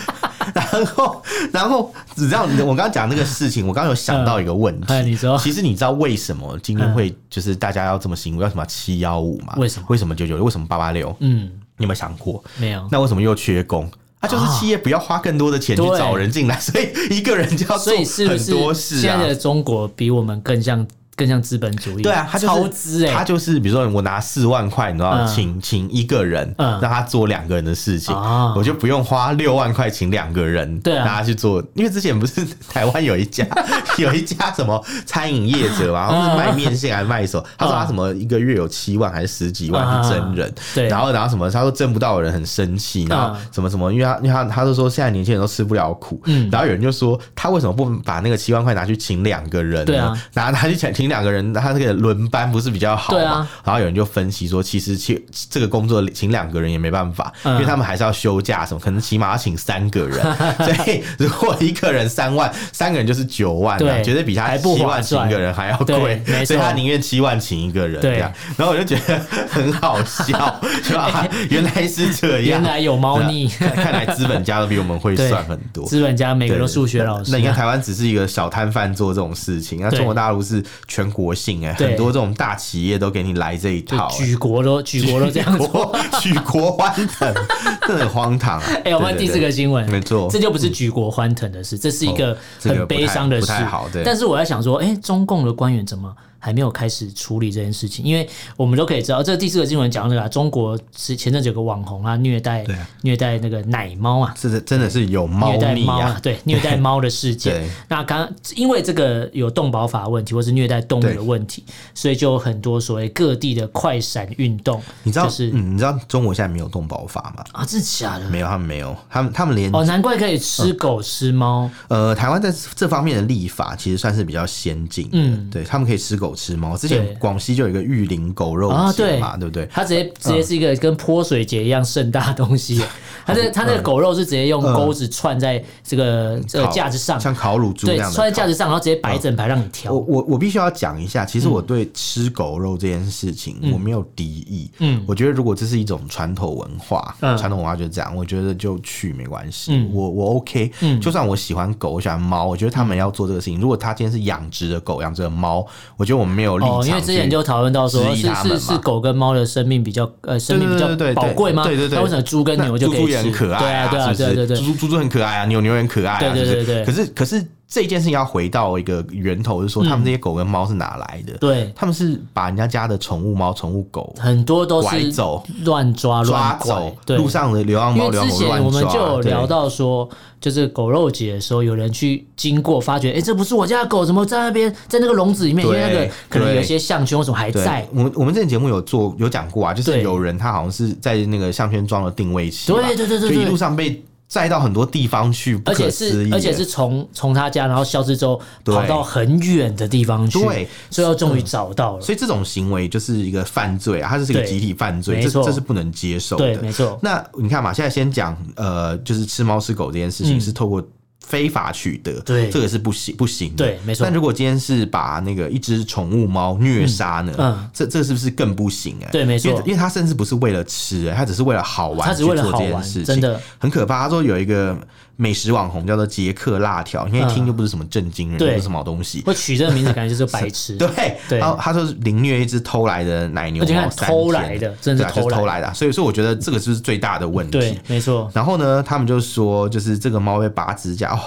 Speaker 2: 然后，然后，你知道，我刚刚讲那个事情，我刚刚有想到一个问题。
Speaker 1: 哎你说嗯
Speaker 2: 其实你知道为什么今天会就是大家要这么辛苦，要什么七幺五嘛？
Speaker 1: 为什么
Speaker 2: 为什么九九？为什么八八六？
Speaker 1: 嗯，
Speaker 2: 你有没有想过？
Speaker 1: 没有。
Speaker 2: 那为什么又缺工？他就是企业不要花更多的钱去
Speaker 1: 啊对
Speaker 2: 找人进来， 所以一个人就要做
Speaker 1: 所以是不
Speaker 2: 很多
Speaker 1: 是
Speaker 2: 事啊
Speaker 1: 现在。的中国比我们更像更像资本主义？
Speaker 2: 对啊，他就是
Speaker 1: 超支哎、
Speaker 2: 他就是比如说我拿四万块，你知道，
Speaker 1: 嗯
Speaker 2: 请请一个人，
Speaker 1: 嗯
Speaker 2: 让他做两个人的事情
Speaker 1: 啊，
Speaker 2: 我就不用花六万块请两个人，
Speaker 1: 对啊
Speaker 2: 让他去做。因为之前不是台湾有 一家有一家什么餐饮业者
Speaker 1: 嗯
Speaker 2: 嘛，然后是卖面线还是卖什么，他说他什么一个月有七万还是十几万是真人，
Speaker 1: 嗯对
Speaker 2: 然后然后什么，他说挣不到的人很生气，然后
Speaker 1: 嗯
Speaker 2: 什么什么，因为他因为他他就说现在年轻人都吃不了苦，然后有人就说他为什么不把那个七万块拿去请两个人呢？
Speaker 1: 对啊
Speaker 2: 拿拿去请请两个人，他这个轮班不是比较好
Speaker 1: 对
Speaker 2: 嘛
Speaker 1: 啊？
Speaker 2: 然后有人就分析说，其实其这个工作请两个人也没办法，
Speaker 1: 嗯
Speaker 2: 因为他们还是要休假什么，可能起码要请三 个人，所以如果一个人三万，三个人就是九万啊，
Speaker 1: 对
Speaker 2: 绝对比他
Speaker 1: 还不
Speaker 2: 七
Speaker 1: 划
Speaker 2: 万请
Speaker 1: 算
Speaker 2: 一个人还要
Speaker 1: 对
Speaker 2: 贵
Speaker 1: 没，
Speaker 2: 所以他
Speaker 1: 错
Speaker 2: 宁愿七万请一个人
Speaker 1: 对
Speaker 2: 这样。然后我就觉得很好 笑，是吧？原来是这样，
Speaker 1: 原来有猫腻，
Speaker 2: 啊看 看来资本家都比我们会
Speaker 1: 对
Speaker 2: 算很多。
Speaker 1: 资本家每个
Speaker 2: 对
Speaker 1: 都数学老师、啊
Speaker 2: 那你看台湾只是一个小摊贩做这种事情，那
Speaker 1: 对
Speaker 2: 中国大陆是全国性哎、
Speaker 1: 对
Speaker 2: 很多这种大企业都给你来这一套、哎
Speaker 1: 就举国都举国都这样
Speaker 2: 举
Speaker 1: 做。
Speaker 2: 国 举国欢腾， 真的很荒唐、啊。
Speaker 1: 哎、我们
Speaker 2: 对
Speaker 1: 第四个，新闻，
Speaker 2: 没错
Speaker 1: 这就不是举国欢腾的事，这是一个
Speaker 2: 哦这个
Speaker 1: 很悲伤的
Speaker 2: 不
Speaker 1: 事。
Speaker 2: 太不太好对
Speaker 1: 但是我在想说，哎、中共的官员怎么还没有开始处理这件事情？因为我们都可以知道，这第四个新闻讲的啊，中国是前阵子有个网红啊，虐待
Speaker 2: 对啊
Speaker 1: 虐待那个奶猫啊，
Speaker 2: 对对对是真的是有猫
Speaker 1: 虐待
Speaker 2: 腻
Speaker 1: 猫
Speaker 2: 啊，
Speaker 1: 对虐待猫的事件
Speaker 2: 对。
Speaker 1: 那刚因为这个有动保法问题，或是虐待动物
Speaker 2: 对
Speaker 1: 的问题，所以就有很多所谓各地的快闪运动，
Speaker 2: 你知道、
Speaker 1: 就是、
Speaker 2: 嗯，你知道中国现在没有动保法吗？
Speaker 1: 啊，真的假的？
Speaker 2: 没有，他们没有，他们他们连、
Speaker 1: 哦，难怪可以吃
Speaker 2: 嗯
Speaker 1: 狗吃猫，
Speaker 2: 呃，台湾在这方面的立法其实算是比较先进的，
Speaker 1: 嗯
Speaker 2: 对他们可以吃狗吃猫。之
Speaker 1: 对
Speaker 2: 前广西就有一个玉林狗肉
Speaker 1: 啊
Speaker 2: 节
Speaker 1: 对
Speaker 2: 嘛，对不呃对？
Speaker 1: 它直接直接是一个跟泼水节一样盛大的东西。
Speaker 2: 嗯
Speaker 1: 它这它那个狗肉是直接用钩子串在这个这个
Speaker 2: 烤
Speaker 1: 架子上，
Speaker 2: 像烤乳猪那
Speaker 1: 对，
Speaker 2: 样的
Speaker 1: 串在架
Speaker 2: 烤哦
Speaker 1: 子上，然后直接摆一整排让你挑
Speaker 2: 我。我我必须要讲一下，其实我
Speaker 1: 嗯
Speaker 2: 对吃狗肉这件事情、我没有敌意，
Speaker 1: 嗯
Speaker 2: 我觉得如果这是一种传统文化，
Speaker 1: 嗯
Speaker 2: 传、统文化就是这样，我觉得就去没关系，
Speaker 1: 嗯
Speaker 2: 我我 OK，、
Speaker 1: 嗯
Speaker 2: 就算我喜欢狗，我喜欢猫，我觉得他们要做这个事情，如果他今天是养殖的狗，养殖的猫，我觉得我没有立场
Speaker 1: 哦，
Speaker 2: 去、
Speaker 1: 因为之前就讨论到说，
Speaker 2: 质疑
Speaker 1: 是
Speaker 2: 它们
Speaker 1: 是
Speaker 2: 嘛
Speaker 1: 是狗跟猫的生命比较呃生命比较
Speaker 2: 对对对对对
Speaker 1: 宝贵吗？
Speaker 2: 对对对
Speaker 1: 那为什么猪跟
Speaker 2: 那
Speaker 1: 牛就
Speaker 2: 猪
Speaker 1: 可
Speaker 2: 猪
Speaker 1: 以
Speaker 2: 也很
Speaker 1: 吃？
Speaker 2: 可
Speaker 1: 对
Speaker 2: 爱
Speaker 1: 啊对啊
Speaker 2: 是不
Speaker 1: 对
Speaker 2: 是
Speaker 1: 对对
Speaker 2: 猪猪猪猪很可爱啊，牛牛也很可爱啊，
Speaker 1: 对对
Speaker 2: 是不是
Speaker 1: 对对
Speaker 2: 可是可是这件事情要回到一个源头，就是说他们这些狗跟猫是哪来的？
Speaker 1: 嗯对，
Speaker 2: 他们是把人家家的宠物猫、宠物狗
Speaker 1: 很多都
Speaker 2: 拐
Speaker 1: 是
Speaker 2: 走
Speaker 1: 乱抓
Speaker 2: 抓
Speaker 1: 乱拐
Speaker 2: 走，，
Speaker 1: 对，
Speaker 2: 路上的流浪
Speaker 1: 因
Speaker 2: 猫、
Speaker 1: 为
Speaker 2: 流浪
Speaker 1: 之
Speaker 2: 狗乱
Speaker 1: 前我
Speaker 2: 抓。
Speaker 1: 们就有
Speaker 2: 对
Speaker 1: 聊到说，就是狗肉节的时候，有人去经过，发觉哎、诶这不是我家的狗，怎么在那边在那个笼子里面？因
Speaker 2: 对
Speaker 1: 为那个可能有一些项圈或什么还
Speaker 2: 对
Speaker 1: 在。
Speaker 2: 我们我们之前节目有做有讲过啊，就是
Speaker 1: 对
Speaker 2: 有人他好像是在那个项圈装了定位器嘛，
Speaker 1: 对对对对
Speaker 2: 就一
Speaker 1: 对
Speaker 2: 路上被载到很多地方去，不
Speaker 1: 而且
Speaker 2: 可思
Speaker 1: 是
Speaker 2: 议
Speaker 1: 而且是从从他家，然后消失之后跑到很远的地方去，
Speaker 2: 对，嗯
Speaker 1: 最后终于找到了。
Speaker 2: 所以这种行为就是一个犯罪啊，它就是一个
Speaker 1: 对
Speaker 2: 集体犯罪，
Speaker 1: 没
Speaker 2: 这
Speaker 1: 错
Speaker 2: 这是不能接受
Speaker 1: 对，
Speaker 2: 的。
Speaker 1: 没错，
Speaker 2: 那你看嘛，现在先讲呃，就是吃猫吃狗这件事情
Speaker 1: 嗯
Speaker 2: 是透过非法取得，
Speaker 1: 对
Speaker 2: 这个是不行不行的。
Speaker 1: 对没错
Speaker 2: 但如果今天是把那个一只宠物猫虐杀呢，
Speaker 1: 嗯嗯
Speaker 2: 这这是不是更不行哎、
Speaker 1: 对没错
Speaker 2: 因为因为它甚至不是为了吃、欸，它只是为了好玩，
Speaker 1: 它只是为了
Speaker 2: 去做这
Speaker 1: 好
Speaker 2: 件
Speaker 1: 玩
Speaker 2: 事情，
Speaker 1: 真的
Speaker 2: 很可怕。他说有一个美食网红叫做杰克辣条，你看一听就不是什么正经人，
Speaker 1: 嗯对
Speaker 2: 又不是什么好东西。
Speaker 1: 我取这个名字感觉就是白痴。
Speaker 2: 对，
Speaker 1: 对
Speaker 2: 然后他说是凌虐一只偷来的奶牛
Speaker 1: 而且
Speaker 2: 猫
Speaker 1: 看
Speaker 2: 三天，
Speaker 1: 偷来的真的
Speaker 2: 对啊
Speaker 1: 是偷
Speaker 2: 就是
Speaker 1: 来的
Speaker 2: 偷来的啊，所以所以我觉得这个就是最大的问题。
Speaker 1: 对，没错，
Speaker 2: 然后呢，他们就说，就是这个猫被拔指甲，哦，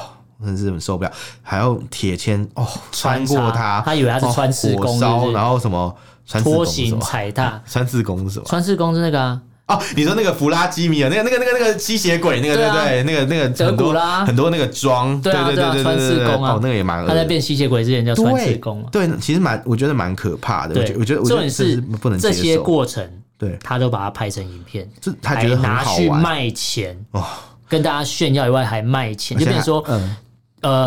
Speaker 2: 真是很受不了，还用铁签哦穿
Speaker 1: 穿
Speaker 2: 过
Speaker 1: 插
Speaker 2: 它，
Speaker 1: 他以为它是
Speaker 2: 哦
Speaker 1: 穿刺
Speaker 2: 火
Speaker 1: 弓
Speaker 2: 烧
Speaker 1: 是不是
Speaker 2: 然后什么穿刺
Speaker 1: 拖
Speaker 2: 弓是什
Speaker 1: 行
Speaker 2: 么？
Speaker 1: 踩踏，
Speaker 2: 穿刺弓是什么？
Speaker 1: 川式公是那个啊，
Speaker 2: 哦，你说那个弗拉基米尔，那个、那个、那个、那个吸血鬼，那个
Speaker 1: 对
Speaker 2: 对
Speaker 1: 啊
Speaker 2: 不对？那个、那个
Speaker 1: 德
Speaker 2: 很
Speaker 1: 古
Speaker 2: 多
Speaker 1: 拉
Speaker 2: 很多那个妆，
Speaker 1: 对
Speaker 2: 对
Speaker 1: 啊
Speaker 2: 对
Speaker 1: 对啊
Speaker 2: 对对
Speaker 1: 穿
Speaker 2: 对
Speaker 1: 刺
Speaker 2: 对，
Speaker 1: 弓啊
Speaker 2: 哦，那个也蛮恶
Speaker 1: 他在
Speaker 2: 的。
Speaker 1: 变吸血鬼之前叫川式
Speaker 2: 对
Speaker 1: 公啊。
Speaker 2: 对，其实蛮，我觉得蛮可怕的。我
Speaker 1: 对，
Speaker 2: 觉得我觉得，我觉
Speaker 1: 重
Speaker 2: 得
Speaker 1: 点
Speaker 2: 这
Speaker 1: 是
Speaker 2: 是不能接
Speaker 1: 这些
Speaker 2: 受。
Speaker 1: 过程，
Speaker 2: 对，
Speaker 1: 他都把它拍成影片，
Speaker 2: 这他觉得
Speaker 1: 还
Speaker 2: 很
Speaker 1: 拿
Speaker 2: 好
Speaker 1: 去
Speaker 2: 玩
Speaker 1: 卖钱
Speaker 2: 哦，
Speaker 1: 跟大家炫耀以外还卖钱，就变成说
Speaker 2: 嗯，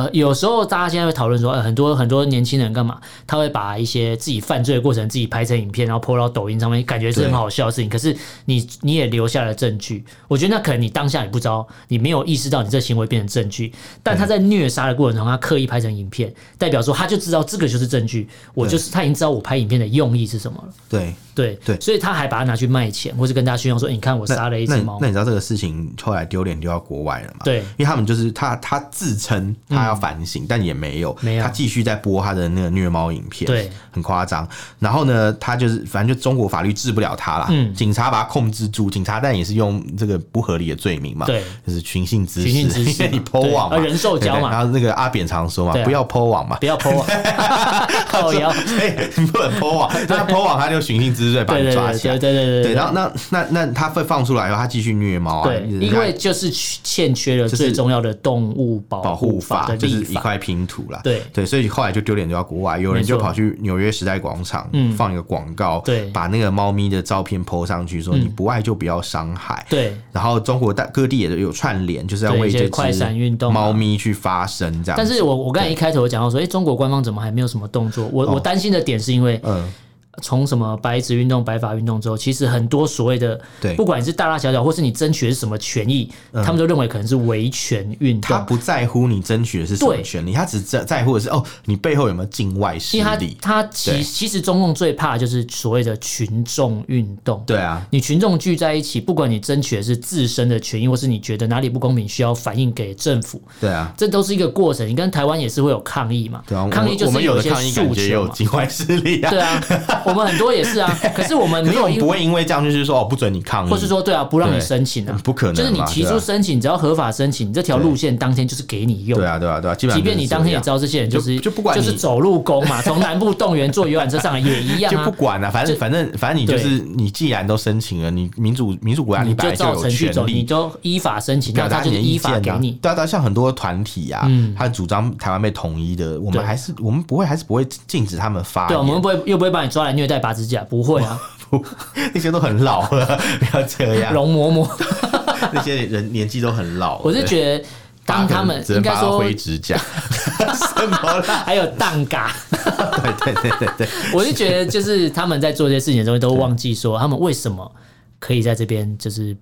Speaker 1: 呃，有时候大家现在会讨论说，呃很多很多年轻人干嘛？他会把一些自己犯罪的过程自己拍成影片，然后 po 到抖音上面，感觉是很好笑的事情。可是你你也留下了证据，我觉得那可能你当下你不知道，你没有意识到你这行为变成证据。但他在虐杀的过程中，他刻意拍成影片，代表说他就知道这个就是证据，我就是他已经知道我拍影片的用意是什么了。
Speaker 2: 对，
Speaker 1: 对
Speaker 2: 对
Speaker 1: 所以他还把它拿去卖钱，或是跟大家炫耀说：“你看我
Speaker 2: 那
Speaker 1: 杀了一
Speaker 2: 那
Speaker 1: 只
Speaker 2: 你
Speaker 1: 猫。
Speaker 2: 那你知道这个事情后来丢脸丢到国外了嘛？
Speaker 1: 对嗯
Speaker 2: 因为他们就是他他自称他要反省，但也没有，
Speaker 1: 没有
Speaker 2: 他继续在播他的那个虐猫影片，
Speaker 1: 对，
Speaker 2: 很夸张。然后呢，他就是反正就中国法律治不了他啦，
Speaker 1: 嗯
Speaker 2: 警察把他控制住，警察但也是用这个不合理的罪名嘛，
Speaker 1: 对，
Speaker 2: 就是寻衅滋
Speaker 1: 寻衅滋
Speaker 2: 因
Speaker 1: 事
Speaker 2: 为你
Speaker 1: 嘛
Speaker 2: 剖网嘛，
Speaker 1: 对啊人兽交嘛
Speaker 2: 对对 然后那个阿扁常说嘛
Speaker 1: 对，啊
Speaker 2: 不要剖 网嘛”。
Speaker 1: 不要 po 啊！靠腰，
Speaker 2: 对，你不能剖网，他剖网他就寻衅滋事把
Speaker 1: 对
Speaker 2: 你
Speaker 1: 对
Speaker 2: 抓
Speaker 1: 对
Speaker 2: 起来
Speaker 1: 对对。对
Speaker 2: 对，然后那那那他会放出来以后，他继续虐猫啊，
Speaker 1: 对，
Speaker 2: 人家
Speaker 1: 因为就是欠缺了最重要的动物保
Speaker 2: 保护法
Speaker 1: 的
Speaker 2: 就是
Speaker 1: 立
Speaker 2: 一
Speaker 1: 法。
Speaker 2: 块拼图啦。
Speaker 1: 对
Speaker 2: 对，所以后来就丢脸丢到国外，有人
Speaker 1: 没错
Speaker 2: 就跑去纽约时代广场
Speaker 1: 嗯
Speaker 2: 放一个广告，
Speaker 1: 对嗯
Speaker 2: 把那个猫咪的照片 PO 上去，说你不爱就不要伤害。
Speaker 1: 对
Speaker 2: 然后中国大各地也都有串联，就是要
Speaker 1: 对
Speaker 2: 为
Speaker 1: 一些
Speaker 2: 这
Speaker 1: 快闪运
Speaker 2: 只
Speaker 1: 动啊
Speaker 2: 猫咪去发声这样子。
Speaker 1: 但是我我刚才一开头有讲到说，哎、中国官方怎么还没有什么动作？我、我担心的点是因为
Speaker 2: 哦嗯，
Speaker 1: 从什么白纸运动、白发运动之后，其实很多所谓的，
Speaker 2: 对嗯
Speaker 1: 不管你是大大小小，或是你争取的是什么权益，他们都认为可能是维权运
Speaker 2: 他
Speaker 1: 动。
Speaker 2: 不在乎你争取的是什么
Speaker 1: 对
Speaker 2: 权利，他只在在乎的是哦，你背后有没有境外势
Speaker 1: 因为他
Speaker 2: 力？
Speaker 1: 他其
Speaker 2: 对
Speaker 1: 其实中共最怕的就是所谓的群众运动，
Speaker 2: 对啊，
Speaker 1: 你群众聚在一起，不管你争取的是自身的权益，或是你觉得哪里不公平需要反映给政府，
Speaker 2: 对啊。
Speaker 1: 这都是一个过程。你跟台湾也是会有抗议嘛？
Speaker 2: 对啊，我
Speaker 1: 抗议
Speaker 2: 们
Speaker 1: 就
Speaker 2: 我
Speaker 1: 是
Speaker 2: 们有的
Speaker 1: 一些
Speaker 2: 抗议感
Speaker 1: 诉
Speaker 2: 觉也
Speaker 1: 求
Speaker 2: 有
Speaker 1: 嘛。
Speaker 2: 境外势力啊，
Speaker 1: 对啊， 我们很多也是 啊，可是我们
Speaker 2: 可
Speaker 1: 没
Speaker 2: 是
Speaker 1: 有
Speaker 2: 我们
Speaker 1: 因
Speaker 2: 不，会因为这样就是说哦，不准你抗议，
Speaker 1: 或是说对啊，不让你申请啊，
Speaker 2: 不可能嘛，
Speaker 1: 就是你提出
Speaker 2: 对啊
Speaker 1: 申请，只要合法申请，这条路线当天就是给你用
Speaker 2: 对。啊，对啊，对啊，基本上
Speaker 1: 即便你当天也知
Speaker 2: 道，
Speaker 1: 道这些人就是
Speaker 2: 就就不管
Speaker 1: 就是
Speaker 2: 你
Speaker 1: 走路工嘛，从南部动员坐游览车上来也一样
Speaker 2: 就
Speaker 1: 啊
Speaker 2: 不，管了、反正反正反正你就是你，既然都申请了，你民主民主国家
Speaker 1: 你
Speaker 2: 本
Speaker 1: 就
Speaker 2: 来
Speaker 1: 照
Speaker 2: 有
Speaker 1: 程序走，
Speaker 2: 权
Speaker 1: 你
Speaker 2: 利。
Speaker 1: 就依法申请，那
Speaker 2: 表
Speaker 1: 他
Speaker 2: 达
Speaker 1: 就
Speaker 2: 你的
Speaker 1: 是
Speaker 2: 意
Speaker 1: 依法
Speaker 2: 见
Speaker 1: 给
Speaker 2: 啊
Speaker 1: 你。，嗯
Speaker 2: 对啊，对啊，像很多团体啊，他主张台湾被统一的，我们
Speaker 1: 对
Speaker 2: 还是我们不会，还是不会禁止他们发
Speaker 1: 对，啊
Speaker 2: 言，
Speaker 1: 我们不会又不会把你抓来虐待拔指甲，不会啊，
Speaker 2: 那些都很老了，不要这 样，
Speaker 1: 容嬷 嬷。
Speaker 2: 那些人年纪都很老了。
Speaker 1: 我是觉得，当他们
Speaker 2: 只
Speaker 1: 应
Speaker 2: 能
Speaker 1: 该
Speaker 2: 拔到
Speaker 1: 说
Speaker 2: 灰指 甲， 什么啦？
Speaker 1: 还有蛋嘎，
Speaker 2: 对对对对，
Speaker 1: 我是觉得就是他们在做这些事情的时候，都忘记说他们为什么可以在这边就是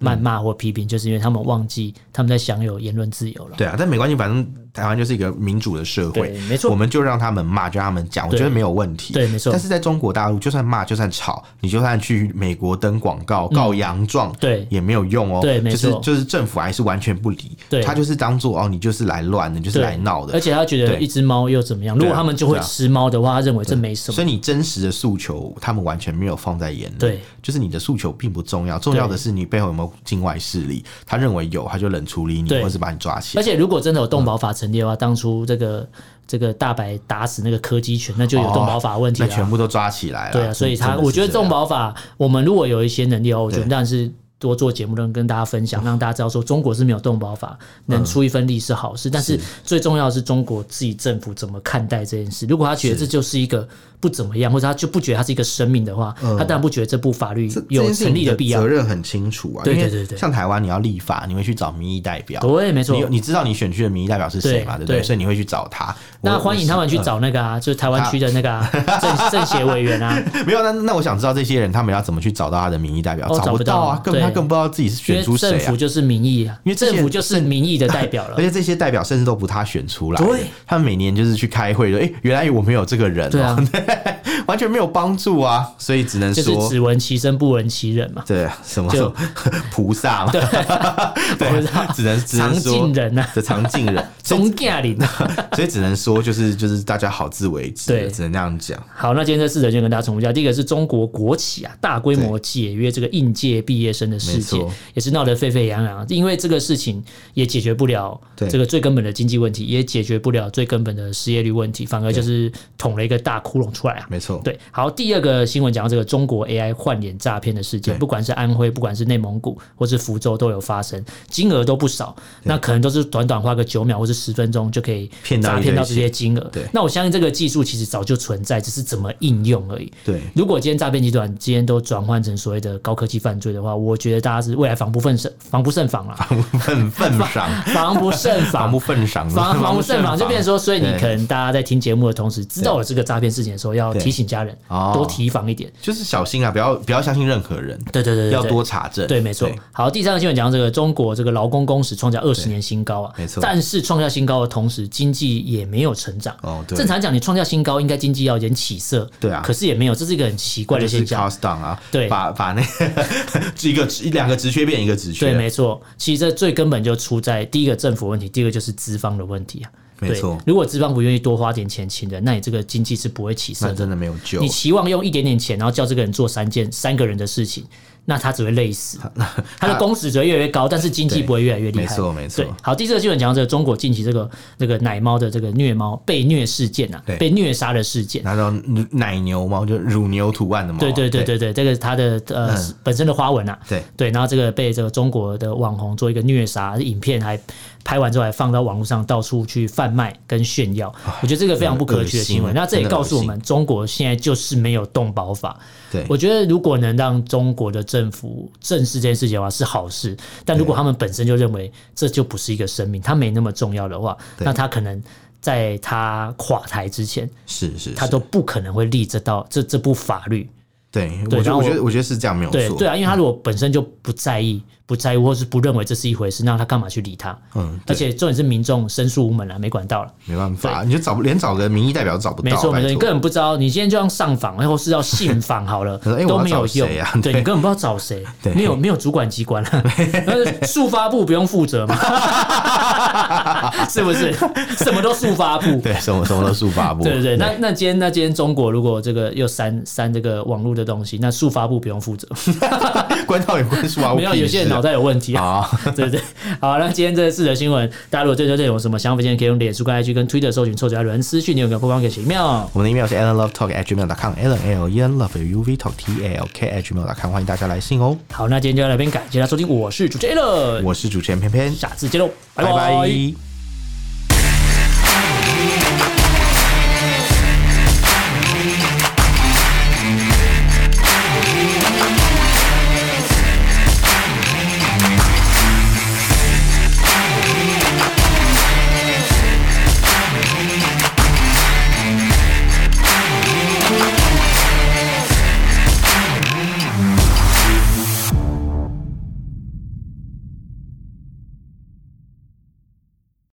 Speaker 2: 嗯
Speaker 1: 谩骂或批评，就是因为他们忘记他们在享有言论自由了。
Speaker 2: 对啊，但没关系，反正台湾就是一个民主的社会
Speaker 1: 对，没错
Speaker 2: 我们就让他们骂，就让他们讲，我
Speaker 1: 对
Speaker 2: 觉得没有问题。
Speaker 1: 对没错
Speaker 2: 但是在中国大陆，就算骂，就算吵，你就算去美国登广告、告洋状，
Speaker 1: 嗯对
Speaker 2: 也没有用哦。
Speaker 1: 对没
Speaker 2: 就
Speaker 1: 错
Speaker 2: 是就是政府还是完全不理，
Speaker 1: 对
Speaker 2: 他就是当做哦，你就是来乱的，你就是
Speaker 1: 对
Speaker 2: 来闹
Speaker 1: 而
Speaker 2: 的。
Speaker 1: 且他觉得
Speaker 2: 对
Speaker 1: 一只猫又怎么样？如
Speaker 2: 对啊
Speaker 1: 果他们就会
Speaker 2: 对啊
Speaker 1: 吃猫的话，他认为这没什么
Speaker 2: 所。以你真实的诉求，他们完全没有放在眼里。
Speaker 1: 对，
Speaker 2: 就是你的诉求并不重要，重要的是你背后有没有境外势力。他认为有，他就冷处理你，
Speaker 1: 对
Speaker 2: 或是把你抓起
Speaker 1: 而
Speaker 2: 来。
Speaker 1: 且如果真的有动保法成立的话，当初这个这个大白打死那个柯基犬，那就有动保法问题
Speaker 2: 哦那
Speaker 1: 了。
Speaker 2: 全部都抓起来了。
Speaker 1: 对啊，所以他
Speaker 2: 真的是
Speaker 1: 我觉得
Speaker 2: 这样
Speaker 1: 动保法，我们如果有一些能力哦，我觉得
Speaker 2: 对哦
Speaker 1: 当然是多做节目，能跟大家分享，让大家知道说中国是没有动保法，
Speaker 2: 嗯
Speaker 1: 能出一份力是好事。但是最重要的是中国自己政府怎么看待这件事。如果他觉得这就是一个不怎么样，或者他就不觉得它是一个生命的话，他当然不觉得这部法律
Speaker 2: 嗯这这
Speaker 1: 有
Speaker 2: 件事
Speaker 1: 成立
Speaker 2: 你
Speaker 1: 的必要
Speaker 2: 责。任很清楚啊。
Speaker 1: 对
Speaker 2: 因为
Speaker 1: 对对对
Speaker 2: 像台湾你要立法，你会去找民意代表，
Speaker 1: 对，没错
Speaker 2: 你。有你知道你选区的民意代表是谁嘛？
Speaker 1: 对
Speaker 2: 对不对？
Speaker 1: 对
Speaker 2: 所以你会去找他。
Speaker 1: 那
Speaker 2: 我嗯
Speaker 1: 欢迎他们去。找那个啊，就是台湾区的那个啊， 政政协委员啊，
Speaker 2: 我是没有，那那我想知道这些人他们要怎么去找到他的民意代表？
Speaker 1: 哦找
Speaker 2: 不
Speaker 1: 不到
Speaker 2: 啊，根本他
Speaker 1: 对
Speaker 2: 更不知道自己是
Speaker 1: 因
Speaker 2: 选
Speaker 1: 为
Speaker 2: 出
Speaker 1: 政
Speaker 2: 谁啊
Speaker 1: 府。就是民意啊，
Speaker 2: 因为这些
Speaker 1: 政府就是民意的代表了
Speaker 2: 而。且这些代表甚至都不他选出来的
Speaker 1: 对，
Speaker 2: 他们每年就是去开会说，哎，原来我们有这个人
Speaker 1: 对啊
Speaker 2: 哦， 完全没有帮助啊，所以只能
Speaker 1: 就是
Speaker 2: 说
Speaker 1: 只闻其声不闻其人嘛。
Speaker 2: 对啊什么
Speaker 1: 就
Speaker 2: 菩萨嘛， 对，只能只能
Speaker 1: 常
Speaker 2: 说
Speaker 1: 进人啊
Speaker 2: 对常进人，所以
Speaker 1: 中啊价领。
Speaker 2: 所以只能说，就是就是大家好自为之，
Speaker 1: 对
Speaker 2: 只能那样讲。
Speaker 1: 好，那今天这四则就跟大家重复一下。第一个是中国国企啊，大规模解约这个应届毕业生的事件
Speaker 2: 没错，
Speaker 1: 也是闹得沸沸扬扬。因为这个事情也解决不了
Speaker 2: 对
Speaker 1: 这个最根本的经济问题，也解决不了最根本的失业率问题，反而就是捅了一个大窟窿出来啊。
Speaker 2: 没错错，
Speaker 1: 对，好，第二个新闻讲到这个中国 AI 换脸诈骗的事件，
Speaker 2: 对
Speaker 1: 不管是安徽，不管是内蒙古或是福州都有发生，金额都不少，那可能都是短短花个九秒或是十分钟就可以
Speaker 2: 骗到
Speaker 1: 诈
Speaker 2: 一
Speaker 1: 骗
Speaker 2: 堆
Speaker 1: 到这些金额。
Speaker 2: 对
Speaker 1: 那我相信这个技术其实早就存在，只是怎么应用而已。
Speaker 2: 对
Speaker 1: 如果今天诈骗集团今天都转换成所谓的高科技犯罪的话，我觉得大家是未来防不胜胜，防不胜防 啦，
Speaker 2: 奋奋赏，
Speaker 1: 防不胜
Speaker 2: 防
Speaker 1: 防
Speaker 2: 不。奋 赏，
Speaker 1: 防防不胜防，就变成说，所以你
Speaker 2: 对
Speaker 1: 可能大家在听节目的同时，知道了这个诈骗事情的时候，要
Speaker 2: 对
Speaker 1: 提醒家人
Speaker 2: 哦
Speaker 1: 多提防一点。
Speaker 2: 就是小心啊，不要不要相信任何人，
Speaker 1: 对对对对，
Speaker 2: 要
Speaker 1: 对
Speaker 2: 多查证，
Speaker 1: 对，没错。好，第三个新闻讲到这个中国这个劳工工时创下二十年新高啊，
Speaker 2: 没错
Speaker 1: 但是创下新高的同时，经济也没有成长。
Speaker 2: 哦对
Speaker 1: 正常讲，你创下新高，应该经济要有点起色。
Speaker 2: 对啊
Speaker 1: 可是也没有，这是一个很奇怪的
Speaker 2: 就
Speaker 1: 现
Speaker 2: 是
Speaker 1: 象。
Speaker 2: cost down 啊，
Speaker 1: 对
Speaker 2: 把把那个 一个一两个职缺变一个职缺，
Speaker 1: 对，没错。其实这最根本就出在第一个政府问题，第二个就是资方的问题啊。
Speaker 2: 没
Speaker 1: 对
Speaker 2: 错
Speaker 1: 如果资方不愿意多花点钱请人，那你这个经济是不会起色
Speaker 2: 那
Speaker 1: 的。
Speaker 2: 真的没有救
Speaker 1: 你。期望用一点点钱，然后叫这个人做三件三个人的事情，那他只会累 死，他的工时只会越来越高，但是经济不会越来越厉害。
Speaker 2: 对没错没错
Speaker 1: 对好，第四个新闻讲到这个中国近期这个这个奶猫的这个虐猫被虐事件啊
Speaker 2: 对，
Speaker 1: 被虐杀的事件。
Speaker 2: 拿到奶牛猫，就乳牛图案的猫，
Speaker 1: 对对对对对，这个它的呃、
Speaker 2: 嗯
Speaker 1: 本身的花纹啊，
Speaker 2: 对
Speaker 1: 对，然后这个被这个中国的网红做一个虐杀影片，还拍完之后还放到网络上到处去贩卖跟炫耀，我觉得这个非常不可取的行为。
Speaker 2: 真的恶心
Speaker 1: 那这也
Speaker 2: 真的
Speaker 1: 告
Speaker 2: 恶
Speaker 1: 诉我
Speaker 2: 心
Speaker 1: 们，中国现在就是没有动保法。
Speaker 2: 对
Speaker 1: 我觉得如果能让中国的政府正视这件事情的话是好事，但
Speaker 2: 啊
Speaker 1: 如果他们本身就认为这就不是一个生命，它没那么重要的话，
Speaker 2: 对
Speaker 1: 那他可能在他垮台之前，
Speaker 2: 是是是，
Speaker 1: 他都不可能会立这道这这部法律。
Speaker 2: 对，
Speaker 1: 对
Speaker 2: 我觉
Speaker 1: 然后
Speaker 2: 得我觉得我觉得是这样没有
Speaker 1: 对
Speaker 2: 错，
Speaker 1: 对啊，因为他如果本身就不在意、不在乎，或是不认为这是一回事，那他干嘛去理他？
Speaker 2: 嗯，
Speaker 1: 而
Speaker 2: 对，
Speaker 1: 且重点是民众申诉无门啊，没管到了。
Speaker 2: 没办法，你就找不连找个民意代表都找不到，
Speaker 1: 没错
Speaker 2: 拜
Speaker 1: 没错，你
Speaker 2: 托
Speaker 1: 根本不知道，你今天就要上访，然后是要信访好了，
Speaker 2: 可能哎
Speaker 1: 都
Speaker 2: 我要
Speaker 1: 没有
Speaker 2: 找
Speaker 1: 用
Speaker 2: 谁啊
Speaker 1: 对
Speaker 2: 对
Speaker 1: 你根本不知道找谁，
Speaker 2: 对
Speaker 1: 没有没有主管机关 啊，那速发部不用负责嘛， 是不是？什么都速发部。
Speaker 2: 对，什么什么都速发布，
Speaker 1: 对对对，那那今天那今天中国如果这个又删删这个网络的东西，那速发部不用负责，
Speaker 2: 关到也关速发布
Speaker 1: 没
Speaker 2: 啊屁事啊，
Speaker 1: 有有些人脑袋有问题啊。
Speaker 2: 啊，
Speaker 1: 对对，好，那今天这四则新闻，大家如果对这些有什么想法，建议可以用脸书跟 IG 跟 Twitter 搜寻“臭嘴艾伦”私讯，你有个曝光给奇妙。
Speaker 2: 我们的 email 是 alanlovetalk@gmail.com，alan l e n love u v talk t a l k gmail.com，欢迎大家来信哦。
Speaker 1: 好，那今天就到这边，感谢大家收听，我是主持人 a l
Speaker 2: 我是主持人偏偏，
Speaker 1: 下次见喽，
Speaker 2: 拜
Speaker 1: 拜拜
Speaker 2: 拜。